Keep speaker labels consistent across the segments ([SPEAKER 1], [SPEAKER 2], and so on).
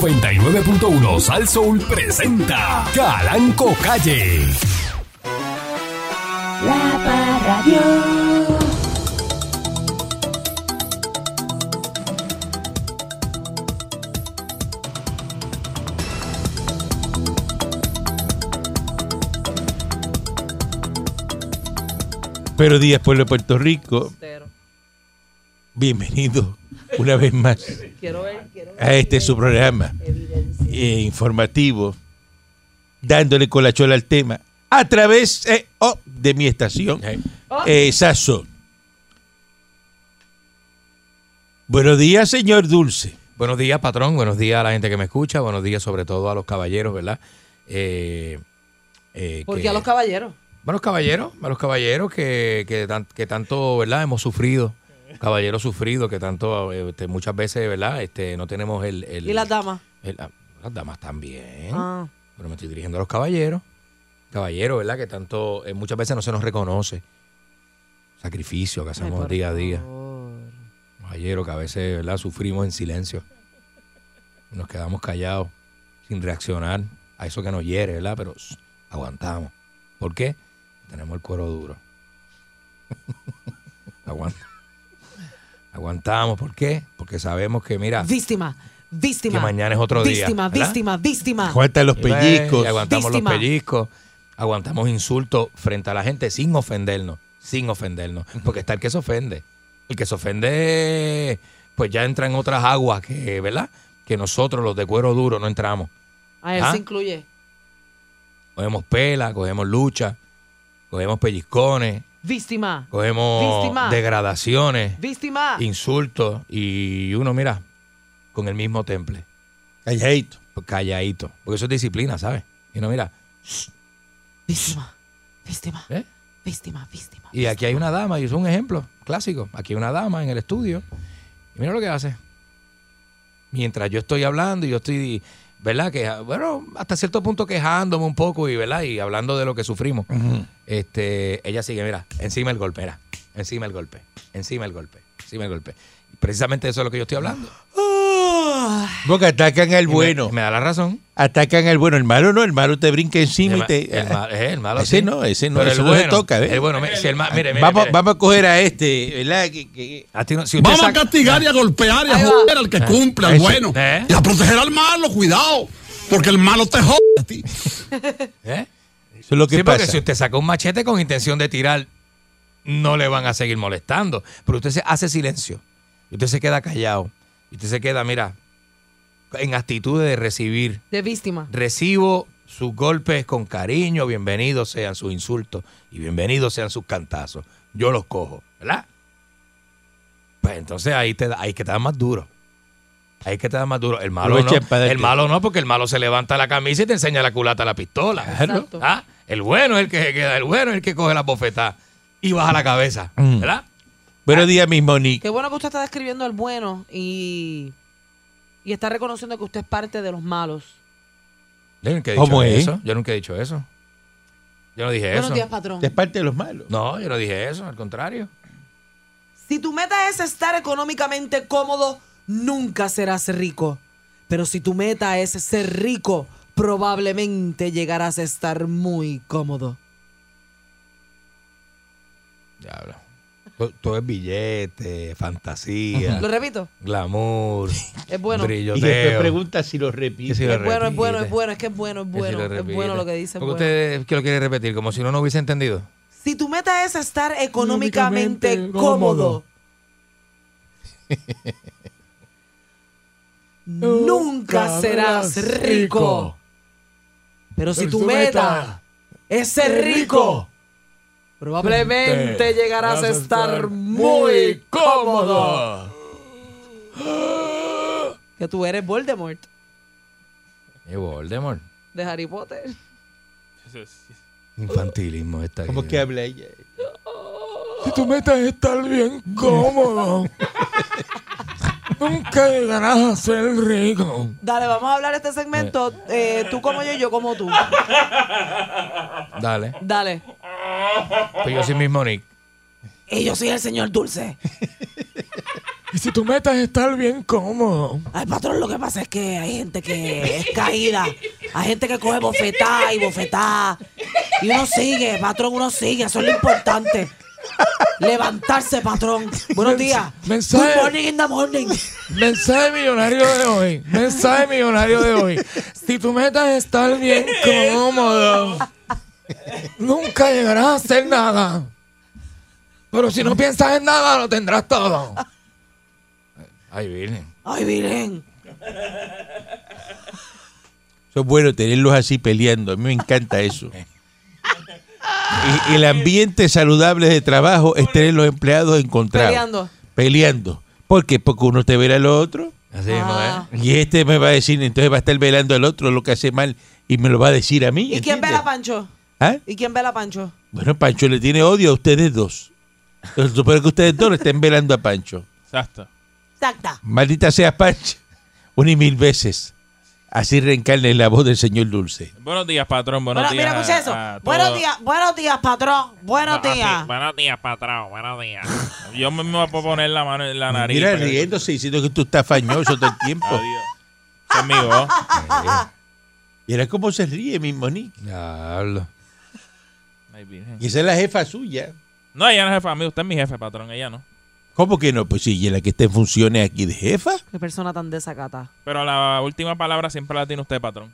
[SPEAKER 1] 99.1 Sal Soul presenta Calanco Calle.
[SPEAKER 2] La Parradio.
[SPEAKER 3] Pero días, pueblo de Puerto Rico.
[SPEAKER 4] Cero.
[SPEAKER 3] Bienvenido una vez más
[SPEAKER 4] Quiero ver, quiero ver
[SPEAKER 3] a este su programa eh, informativo, dándole con la chola al tema a través eh, oh, de mi estación, eh, Sasso. Buenos días, señor Dulce.
[SPEAKER 5] Buenos días, patrón. Buenos días a la gente que me escucha. Buenos días, sobre todo, a los caballeros, ¿verdad? Eh, eh,
[SPEAKER 4] ¿Por
[SPEAKER 5] que-
[SPEAKER 4] qué a los caballeros?
[SPEAKER 5] a los caballeros, a los caballeros que, que, tan- que tanto, ¿verdad? Hemos sufrido. Caballeros sufridos que tanto, eh, este, muchas veces, ¿verdad? Este, no tenemos el... el-
[SPEAKER 4] ¿Y las damas?
[SPEAKER 5] el- ah, las damas también.
[SPEAKER 4] Ah.
[SPEAKER 5] Pero me estoy dirigiendo a los caballeros. Caballeros, ¿verdad? Que tanto, eh, muchas veces no se nos reconoce. Sacrificio que hacemos
[SPEAKER 4] por
[SPEAKER 5] día a día.
[SPEAKER 4] favor.
[SPEAKER 5] Caballero, que a veces ¿verdad? sufrimos en silencio. Nos quedamos callados, sin reaccionar a eso que nos hiere, ¿verdad? Pero sh, aguantamos. ¿Por qué? Tenemos el cuero duro. Aguanta. Aguantamos, ¿por qué? Porque sabemos que, mira,
[SPEAKER 4] Víctima, víctima.
[SPEAKER 5] que mañana es otro día.
[SPEAKER 4] Víctima,
[SPEAKER 5] ¿verdad?
[SPEAKER 4] víctima, víctima.
[SPEAKER 3] Aguanta los
[SPEAKER 5] Y ve,
[SPEAKER 3] pellizcos.
[SPEAKER 5] y aguantamos
[SPEAKER 4] Víctima.
[SPEAKER 5] los pellizcos. Aguantamos insultos frente a la gente sin ofendernos. Sin ofendernos. Porque está el que se ofende. El que se ofende, pues ya entra en otras aguas que, ¿verdad? Que nosotros, los de cuero duro, no entramos.
[SPEAKER 4] A él
[SPEAKER 5] ¿Ah?
[SPEAKER 4] se incluye.
[SPEAKER 5] Cogemos pela, cogemos lucha, cogemos pellizcones,
[SPEAKER 4] Víctima,
[SPEAKER 5] cogemos
[SPEAKER 4] Víctima.
[SPEAKER 5] degradaciones,
[SPEAKER 4] víctima.
[SPEAKER 5] insultos. Y uno, mira, con el mismo temple.
[SPEAKER 3] Calladito.
[SPEAKER 5] Calladito. Porque eso es disciplina, ¿sabes? Y uno, mira,
[SPEAKER 4] Víctima, víctima,
[SPEAKER 5] ¿eh?
[SPEAKER 4] víctima, víctima.
[SPEAKER 5] Y aquí hay una dama, y es un ejemplo clásico. Aquí hay una dama en el estudio. Y mira lo que hace. Mientras yo estoy hablando y yo estoy, ¿verdad? Que, bueno, hasta cierto punto quejándome un poco y, ¿verdad? Y hablando de lo que sufrimos. este, ella sigue, mira, encima el golpe, mira. Encima el golpe, encima el golpe, encima el golpe. Precisamente eso es lo que yo estoy hablando.
[SPEAKER 3] Oh, Porque atacan al
[SPEAKER 5] Y me-
[SPEAKER 3] bueno.
[SPEAKER 5] Me, da la razón.
[SPEAKER 3] Atacan al bueno. El malo no, el malo te brinca encima y
[SPEAKER 5] el,
[SPEAKER 3] te.
[SPEAKER 5] el ma- eh, el malo.
[SPEAKER 3] Ese
[SPEAKER 5] sí.
[SPEAKER 3] no, ese no,
[SPEAKER 5] Pero
[SPEAKER 3] ese
[SPEAKER 5] el
[SPEAKER 3] no se
[SPEAKER 5] bueno,
[SPEAKER 3] toca, ¿ves?
[SPEAKER 5] El bueno, me- si el ma- mire, mire,
[SPEAKER 3] vamos,
[SPEAKER 5] mire.
[SPEAKER 3] vamos a coger a este, ¿verdad? Que- que-
[SPEAKER 5] A ti no- si usted
[SPEAKER 6] Vamos a
[SPEAKER 5] saca-
[SPEAKER 6] castigar y a golpear y a
[SPEAKER 4] Ahí va.
[SPEAKER 6] joder al que cumple, al
[SPEAKER 5] ese,
[SPEAKER 6] bueno.
[SPEAKER 5] ¿eh?
[SPEAKER 6] Y a proteger al malo, cuidado. Porque el malo te jode a ti.
[SPEAKER 5] ¿Eh?
[SPEAKER 3] eso es lo que
[SPEAKER 5] sí,
[SPEAKER 3] pasa.
[SPEAKER 5] porque si usted saca un machete con intención de tirar, no le van a seguir molestando. Pero usted se hace silencio. Usted se queda callado. Usted se queda, mira, en actitud de recibir.
[SPEAKER 4] De víctima.
[SPEAKER 5] Recibo sus golpes con cariño. Bienvenidos sean sus insultos. Y bienvenidos sean sus cantazos. Yo los cojo, ¿verdad? Pues entonces ahí, te, da- ahí que te dan más duro. Ahí que te dan más duro. El malo
[SPEAKER 3] Aprovecha
[SPEAKER 5] no.
[SPEAKER 3] para
[SPEAKER 5] El
[SPEAKER 3] darte.
[SPEAKER 5] malo no, porque el malo se levanta la camisa y te enseña la culata a la pistola.
[SPEAKER 4] Exacto.
[SPEAKER 5] ¿Ah? El bueno es el que se queda, el bueno es el que coge la bofetada y baja la cabeza,
[SPEAKER 3] Mm.
[SPEAKER 5] ¿verdad?
[SPEAKER 3] Buenos días, mi Monique.
[SPEAKER 4] Qué bueno que usted está describiendo el bueno y, y está reconociendo que usted es parte de los malos.
[SPEAKER 5] Yo nunca he dicho
[SPEAKER 3] ¿Cómo es?
[SPEAKER 5] eso. Yo nunca he dicho eso. Yo no dije eso.
[SPEAKER 4] Buenos días, patrón.
[SPEAKER 3] Es parte de los malos.
[SPEAKER 5] No, yo no dije eso, al contrario.
[SPEAKER 4] Si tu meta es estar económicamente cómodo, nunca serás rico. Pero si tu meta es ser rico, probablemente llegarás a estar muy cómodo.
[SPEAKER 5] Diablo. To- Todo es billete, fantasía,
[SPEAKER 4] Lo repito,
[SPEAKER 5] glamour,
[SPEAKER 4] es bueno. Es
[SPEAKER 3] Y después
[SPEAKER 5] brilloteo.
[SPEAKER 3] pregunta si lo repite.
[SPEAKER 5] Que si lo
[SPEAKER 4] bueno, es
[SPEAKER 5] repite,
[SPEAKER 4] bueno, es bueno, es que es bueno, es
[SPEAKER 5] que si
[SPEAKER 4] bueno.
[SPEAKER 5] lo
[SPEAKER 4] Es
[SPEAKER 5] repite.
[SPEAKER 4] bueno lo que dice. es
[SPEAKER 5] Porque
[SPEAKER 4] bueno.
[SPEAKER 5] usted que lo quiere repetir, como si uno no hubiese entendido.
[SPEAKER 4] Si tu meta es estar económicamente cómodo, nunca serás rico. Pero si tu meta es ser rico, probablemente llegarás a estar muy cómodo. Que tú eres Voldemort
[SPEAKER 5] Es Voldemort.
[SPEAKER 4] de Harry Potter.
[SPEAKER 5] Infantilismo está
[SPEAKER 3] ¿Cómo
[SPEAKER 5] aquí.
[SPEAKER 3] que habla ella?
[SPEAKER 5] Si tu meta es estar bien cómodo, nunca llegarás a ser rico.
[SPEAKER 4] Dale, vamos a hablar este segmento. eh, tú como yo y yo como tú.
[SPEAKER 5] Dale,
[SPEAKER 4] Dale.
[SPEAKER 5] pues yo soy mismo Nick.
[SPEAKER 4] Y yo soy el señor Dulce.
[SPEAKER 5] Y si tu meta es estar bien cómodo.
[SPEAKER 4] Ay, patrón, lo que pasa es que hay gente que es caída. Hay gente que coge bofetada y bofetada. Y uno sigue, patrón, uno sigue. Eso es lo importante. Levantarse, patrón. Buenos días.
[SPEAKER 5] mensaje.
[SPEAKER 4] Good morning in the morning.
[SPEAKER 5] Mensaje millonario de hoy. Mensaje millonario de hoy. Si tu meta es estar bien cómodo, nunca llegarás a hacer nada. Pero si no piensas en nada, lo tendrás todo. Ay, Virgen.
[SPEAKER 4] Ay, Virgen.
[SPEAKER 3] Eso es bueno tenerlos así peleando. A mí me encanta eso. Y- el ambiente saludable de trabajo es tener los empleados encontrados.
[SPEAKER 4] Peleando.
[SPEAKER 3] Peleando. ¿Por qué? Porque uno te verá al otro.
[SPEAKER 5] Así
[SPEAKER 4] Ah.
[SPEAKER 3] Y este me va a decir, entonces va a estar velando al otro lo que hace mal y me lo va a decir a mí.
[SPEAKER 4] ¿Y quién
[SPEAKER 3] ¿entiendes?
[SPEAKER 4] vela a Pancho?
[SPEAKER 3] ¿Ah?
[SPEAKER 4] ¿Y quién vela a Pancho?
[SPEAKER 3] Bueno, Pancho le tiene odio a ustedes dos. Pero Supongo que ustedes dos le estén velando a Pancho.
[SPEAKER 2] Exacto.
[SPEAKER 4] Exacta.
[SPEAKER 3] Maldita sea Pancho. Una y mil veces. Así reencarne la voz del señor Dulce.
[SPEAKER 2] Buenos días, patrón. Buenos
[SPEAKER 4] Bueno,
[SPEAKER 2] días.
[SPEAKER 4] mira, escucha
[SPEAKER 2] a-
[SPEAKER 4] eso.
[SPEAKER 2] a
[SPEAKER 4] buenos
[SPEAKER 2] todos.
[SPEAKER 4] días, buenos días, patrón. Buenos
[SPEAKER 2] Ah, sí.
[SPEAKER 4] días.
[SPEAKER 2] Buenos días, patrón. Buenos días. Yo me me voy a poner la mano en la nariz.
[SPEAKER 3] Mira,
[SPEAKER 2] pero-
[SPEAKER 3] riéndose, diciendo que tú estás fañoso todo el tiempo.
[SPEAKER 2] Adiós. Esa es mi voz.
[SPEAKER 3] Mira cómo se ríe mi Monique.
[SPEAKER 5] Diablo.
[SPEAKER 2] Ay, virgen.
[SPEAKER 3] Y esa es la jefa suya.
[SPEAKER 2] No, ella no es jefa mía. Usted es mi jefe, patrón. Ella no.
[SPEAKER 3] ¿Cómo que no? Pues sí, y la que está en funciones aquí de jefa.
[SPEAKER 4] Qué persona tan desacata.
[SPEAKER 2] Pero la última palabra siempre la tiene usted, patrón.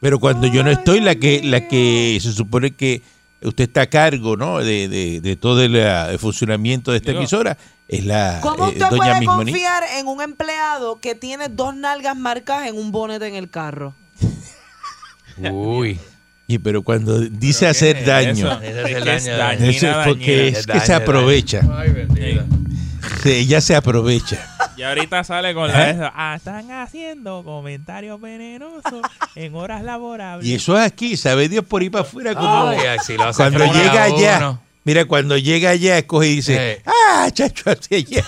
[SPEAKER 3] Pero cuando yo no estoy, la que, la que se supone que usted está a cargo, ¿no? De, de- de todo el, ah, el funcionamiento de esta
[SPEAKER 2] Digo.
[SPEAKER 3] emisora, es la
[SPEAKER 4] ¿Cómo
[SPEAKER 3] eh,
[SPEAKER 4] usted
[SPEAKER 3] doña
[SPEAKER 4] puede
[SPEAKER 3] Miss Monique.
[SPEAKER 4] confiar en un empleado que tiene dos nalgas marcadas en un bonete en el carro?
[SPEAKER 5] Uy.
[SPEAKER 3] Y pero cuando dice
[SPEAKER 2] ¿Qué
[SPEAKER 3] hacer
[SPEAKER 2] es
[SPEAKER 3] daño,
[SPEAKER 2] eso?
[SPEAKER 5] Ese
[SPEAKER 2] Es
[SPEAKER 5] es el
[SPEAKER 2] que
[SPEAKER 5] daño,
[SPEAKER 2] es
[SPEAKER 5] eh.
[SPEAKER 2] dañina,
[SPEAKER 3] eso es porque
[SPEAKER 2] dañina.
[SPEAKER 3] es
[SPEAKER 5] dañina,
[SPEAKER 3] que se
[SPEAKER 5] dañina.
[SPEAKER 3] aprovecha.
[SPEAKER 5] Ay, bendita.
[SPEAKER 3] Sí, ella se aprovecha.
[SPEAKER 2] Y ahorita sale con la
[SPEAKER 3] ¿Eh?
[SPEAKER 2] esa. Ah, están haciendo comentarios venenosos en horas laborables.
[SPEAKER 3] Y eso es aquí, sabe Dios por ahí para afuera como
[SPEAKER 5] Ay, si lo hace
[SPEAKER 3] cuando
[SPEAKER 5] llorar
[SPEAKER 3] llega
[SPEAKER 5] a
[SPEAKER 3] allá.
[SPEAKER 5] uno.
[SPEAKER 3] Mira, cuando llega allá, escoge y dice,
[SPEAKER 5] Sí.
[SPEAKER 3] ah, chacho, así llega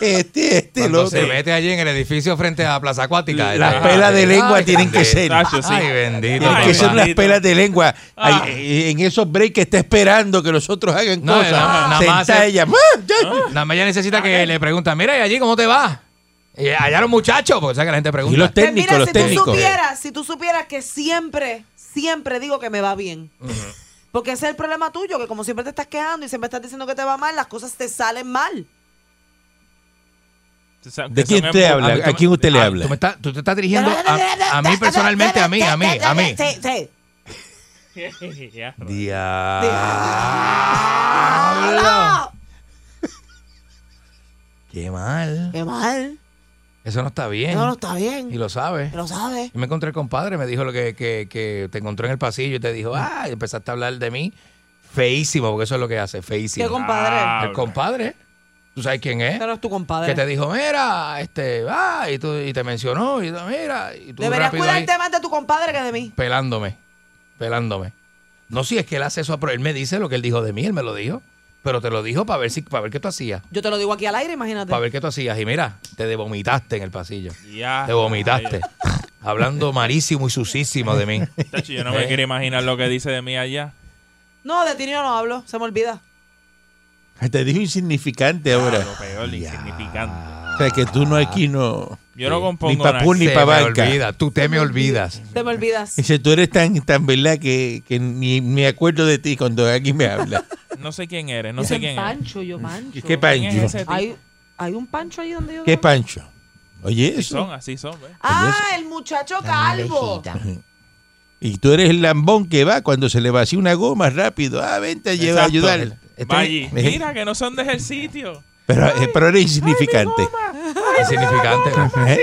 [SPEAKER 3] este, este, el
[SPEAKER 5] Cuando
[SPEAKER 3] otro.
[SPEAKER 5] se mete allí en el edificio frente a Plaza Acuática.
[SPEAKER 3] Las
[SPEAKER 5] este,
[SPEAKER 3] pelas de
[SPEAKER 5] ay,
[SPEAKER 3] lengua
[SPEAKER 5] ay,
[SPEAKER 3] tienen que ser.
[SPEAKER 2] Tacho, sí.
[SPEAKER 5] Ay, bendito.
[SPEAKER 3] Tienen que
[SPEAKER 5] papá.
[SPEAKER 3] ser unas
[SPEAKER 2] bendito.
[SPEAKER 3] pelas de lengua. Ay,
[SPEAKER 2] Ah.
[SPEAKER 3] eh, en esos breaks que está esperando que los otros hagan
[SPEAKER 5] No,
[SPEAKER 3] cosas.
[SPEAKER 5] nada- nada más
[SPEAKER 3] Sentada
[SPEAKER 5] es- Ah.
[SPEAKER 3] ella. ¡ma! Ya-
[SPEAKER 5] Nada más ella necesita que le preguntan, mira, ¿y allí cómo te va? Y allá los muchachos, porque sabes que la gente pregunta.
[SPEAKER 3] Y los
[SPEAKER 4] Pues
[SPEAKER 3] técnicos,
[SPEAKER 4] mira,
[SPEAKER 3] los
[SPEAKER 4] si
[SPEAKER 3] técnicos.
[SPEAKER 4] tú supieras, si tú supieras que siempre, siempre digo que me va bien. Porque ese es el problema tuyo, que como siempre te estás quejando y siempre estás diciendo que te va mal, las cosas te salen mal.
[SPEAKER 2] O sea, que
[SPEAKER 3] ¿De quién
[SPEAKER 2] son
[SPEAKER 3] te
[SPEAKER 2] empu-
[SPEAKER 3] habla?
[SPEAKER 5] mí tú
[SPEAKER 3] ¿A
[SPEAKER 5] me-
[SPEAKER 3] quién usted le
[SPEAKER 5] ah,
[SPEAKER 3] habla?
[SPEAKER 5] Tú, me estás- tú te estás dirigiendo a, a mí personalmente, a mí, a mí, a mí.
[SPEAKER 4] Sí, sí.
[SPEAKER 2] Ya.
[SPEAKER 5] Diablo. Qué mal.
[SPEAKER 4] Qué mal.
[SPEAKER 5] Eso no está bien.
[SPEAKER 4] No, no está
[SPEAKER 5] Y
[SPEAKER 4] bien.
[SPEAKER 5] lo sabes.
[SPEAKER 4] Lo sabes.
[SPEAKER 5] Y me encontré el compadre, me dijo lo que, que, que te encontró en el pasillo y te dijo, ah, y empezaste a hablar de mí. Feísimo, porque eso es lo que hace,
[SPEAKER 4] Qué
[SPEAKER 5] feísimo.
[SPEAKER 4] compadre.
[SPEAKER 2] Ah,
[SPEAKER 5] El compadre, ¿tú sabes quién es?
[SPEAKER 4] Pero es tu
[SPEAKER 5] que te
[SPEAKER 4] compadre.
[SPEAKER 5] dijo, mira, este, va, y, tú, y te mencionó, y tú, mira, y tú
[SPEAKER 4] Deberías
[SPEAKER 5] rápido ahí,
[SPEAKER 4] cuidarte más de tu compadre que de mí.
[SPEAKER 5] pelándome, pelándome. No, si es que él hace eso, pero él me dice lo que él dijo de mí, él me lo dijo, pero te lo dijo para ver, si, para ver qué tú hacías,
[SPEAKER 4] Yo te lo digo aquí al aire, imagínate.
[SPEAKER 5] para ver qué tú hacías, y mira, te devomitaste en el pasillo,
[SPEAKER 2] Ya.
[SPEAKER 5] te vomitaste, hablando malísimo y sucísimo de mí.
[SPEAKER 2] Tacho, yo no me
[SPEAKER 5] Eh.
[SPEAKER 2] quiero imaginar lo que dice de mí allá.
[SPEAKER 4] No, de ti yo no hablo, se me olvida.
[SPEAKER 3] Te dijo insignificante ahora.
[SPEAKER 2] Lo peor, insignificante.
[SPEAKER 3] O sea, que tú no aquí no.
[SPEAKER 2] Yo no
[SPEAKER 3] Ni
[SPEAKER 2] compongo
[SPEAKER 3] pa'
[SPEAKER 2] nada.
[SPEAKER 3] pu- ni
[SPEAKER 5] Se
[SPEAKER 3] pa'
[SPEAKER 5] me
[SPEAKER 3] banca.
[SPEAKER 5] olvida, tú te me olvidas.
[SPEAKER 4] Te me olvidas.
[SPEAKER 3] Dice, tú eres tan, tan verdad que, que ni me acuerdo de ti cuando alguien me habla.
[SPEAKER 2] No sé quién eres, no sé quién es.
[SPEAKER 4] Pancho, yo Pancho.
[SPEAKER 3] ¿Qué
[SPEAKER 2] ¿Quién es
[SPEAKER 3] Pancho?
[SPEAKER 2] ese tipo?
[SPEAKER 4] Hay, hay un Pancho ahí donde yo.
[SPEAKER 3] ¿Qué
[SPEAKER 4] vivo?
[SPEAKER 3] Pancho? Oye,
[SPEAKER 2] Así son,
[SPEAKER 3] eso.
[SPEAKER 2] así son. ¿ves?
[SPEAKER 4] Ah, el muchacho calvo.
[SPEAKER 3] Y tú eres el lambón que va cuando se le vacía una goma rápido. Ah, vente a
[SPEAKER 2] Exacto.
[SPEAKER 3] llevar, ayudar.
[SPEAKER 5] Este-
[SPEAKER 2] Valle,
[SPEAKER 3] me-
[SPEAKER 2] mira que no son de ejercicio.
[SPEAKER 3] Pero, eh, pero era insignificante.
[SPEAKER 5] insignificante.
[SPEAKER 3] ¿Eh?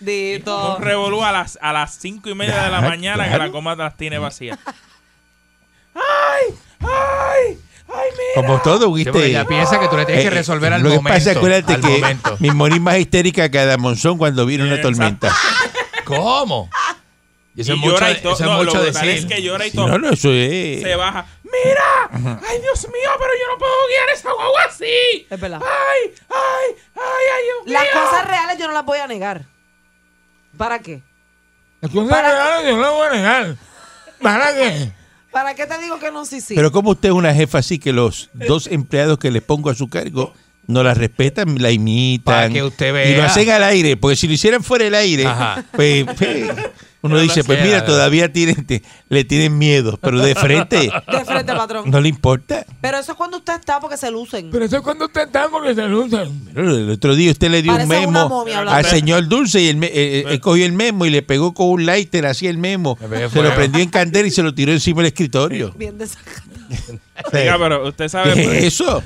[SPEAKER 4] Dito.
[SPEAKER 2] Un revolú a las, a las cinco y media de la
[SPEAKER 3] Ya,
[SPEAKER 2] mañana que
[SPEAKER 3] claro.
[SPEAKER 2] la coma las tiene vacía. ¡Ay! ¡Ay! ¡Ay, mira!
[SPEAKER 3] Como todo,
[SPEAKER 5] Sí, porque
[SPEAKER 3] ¿viste?
[SPEAKER 5] ella piensa que tú le tienes
[SPEAKER 3] Eh,
[SPEAKER 5] que resolver
[SPEAKER 3] eh,
[SPEAKER 5] al
[SPEAKER 3] lo
[SPEAKER 5] momento.
[SPEAKER 3] que pasa, acuérdate
[SPEAKER 5] al
[SPEAKER 3] que
[SPEAKER 5] momento.
[SPEAKER 3] mi morí más histérica que Adam Monzón cuando vino una
[SPEAKER 2] Exacto.
[SPEAKER 3] tormenta.
[SPEAKER 5] ¿Cómo? Y eso
[SPEAKER 2] Y
[SPEAKER 5] es mucho,
[SPEAKER 2] llora
[SPEAKER 5] de-
[SPEAKER 2] y todo.
[SPEAKER 5] eso es
[SPEAKER 2] No,
[SPEAKER 5] mucho
[SPEAKER 2] lo brutal
[SPEAKER 5] decir.
[SPEAKER 2] es que llora y
[SPEAKER 3] Si
[SPEAKER 2] todo.
[SPEAKER 3] no, no, eso es...
[SPEAKER 2] Se baja. ¡Mira! ¡Ay, Dios mío! Pero yo no puedo guiar esa guagua así.
[SPEAKER 4] Es verdad.
[SPEAKER 2] ¡Ay! ¡Ay! ¡Ay, ay, ¡Ah, Dios mío!
[SPEAKER 4] Las cosas reales yo no las voy a negar. ¿Para qué?
[SPEAKER 5] ¿Para qué?
[SPEAKER 4] ¿Para qué te digo que no sí sí?
[SPEAKER 3] Pero como usted es una jefa así que los dos empleados que le pongo a su cargo no la respetan, la imitan.
[SPEAKER 5] Para que usted
[SPEAKER 3] Y lo
[SPEAKER 5] vea.
[SPEAKER 3] hacen al aire, porque si lo hicieran fuera del aire,
[SPEAKER 5] Ajá.
[SPEAKER 3] pues, pues, uno
[SPEAKER 5] no
[SPEAKER 3] dice, pues
[SPEAKER 5] queda,
[SPEAKER 3] mira,
[SPEAKER 5] ¿verdad?
[SPEAKER 3] todavía tienen, te- le tienen miedo, pero de frente
[SPEAKER 4] De frente, patrón.
[SPEAKER 3] no le importa.
[SPEAKER 4] Pero eso es cuando usted está porque se lucen.
[SPEAKER 5] Pero eso es cuando usted está porque se lucen.
[SPEAKER 3] Pero el otro día usted le dio
[SPEAKER 4] Parece
[SPEAKER 3] un
[SPEAKER 4] una
[SPEAKER 3] memo
[SPEAKER 4] momia
[SPEAKER 3] al
[SPEAKER 4] hablando.
[SPEAKER 3] señor Dulce y él, me- eh, eh, él cogió el memo y le pegó con un lighter así el memo.
[SPEAKER 5] Me pegué
[SPEAKER 3] Se lo
[SPEAKER 5] fuego.
[SPEAKER 3] prendió en candela y se lo tiró encima del escritorio.
[SPEAKER 4] Bien desacatado.
[SPEAKER 3] O sea,
[SPEAKER 2] Oiga, pero usted sabe,
[SPEAKER 3] ¿Qué
[SPEAKER 2] pues,
[SPEAKER 3] es eso?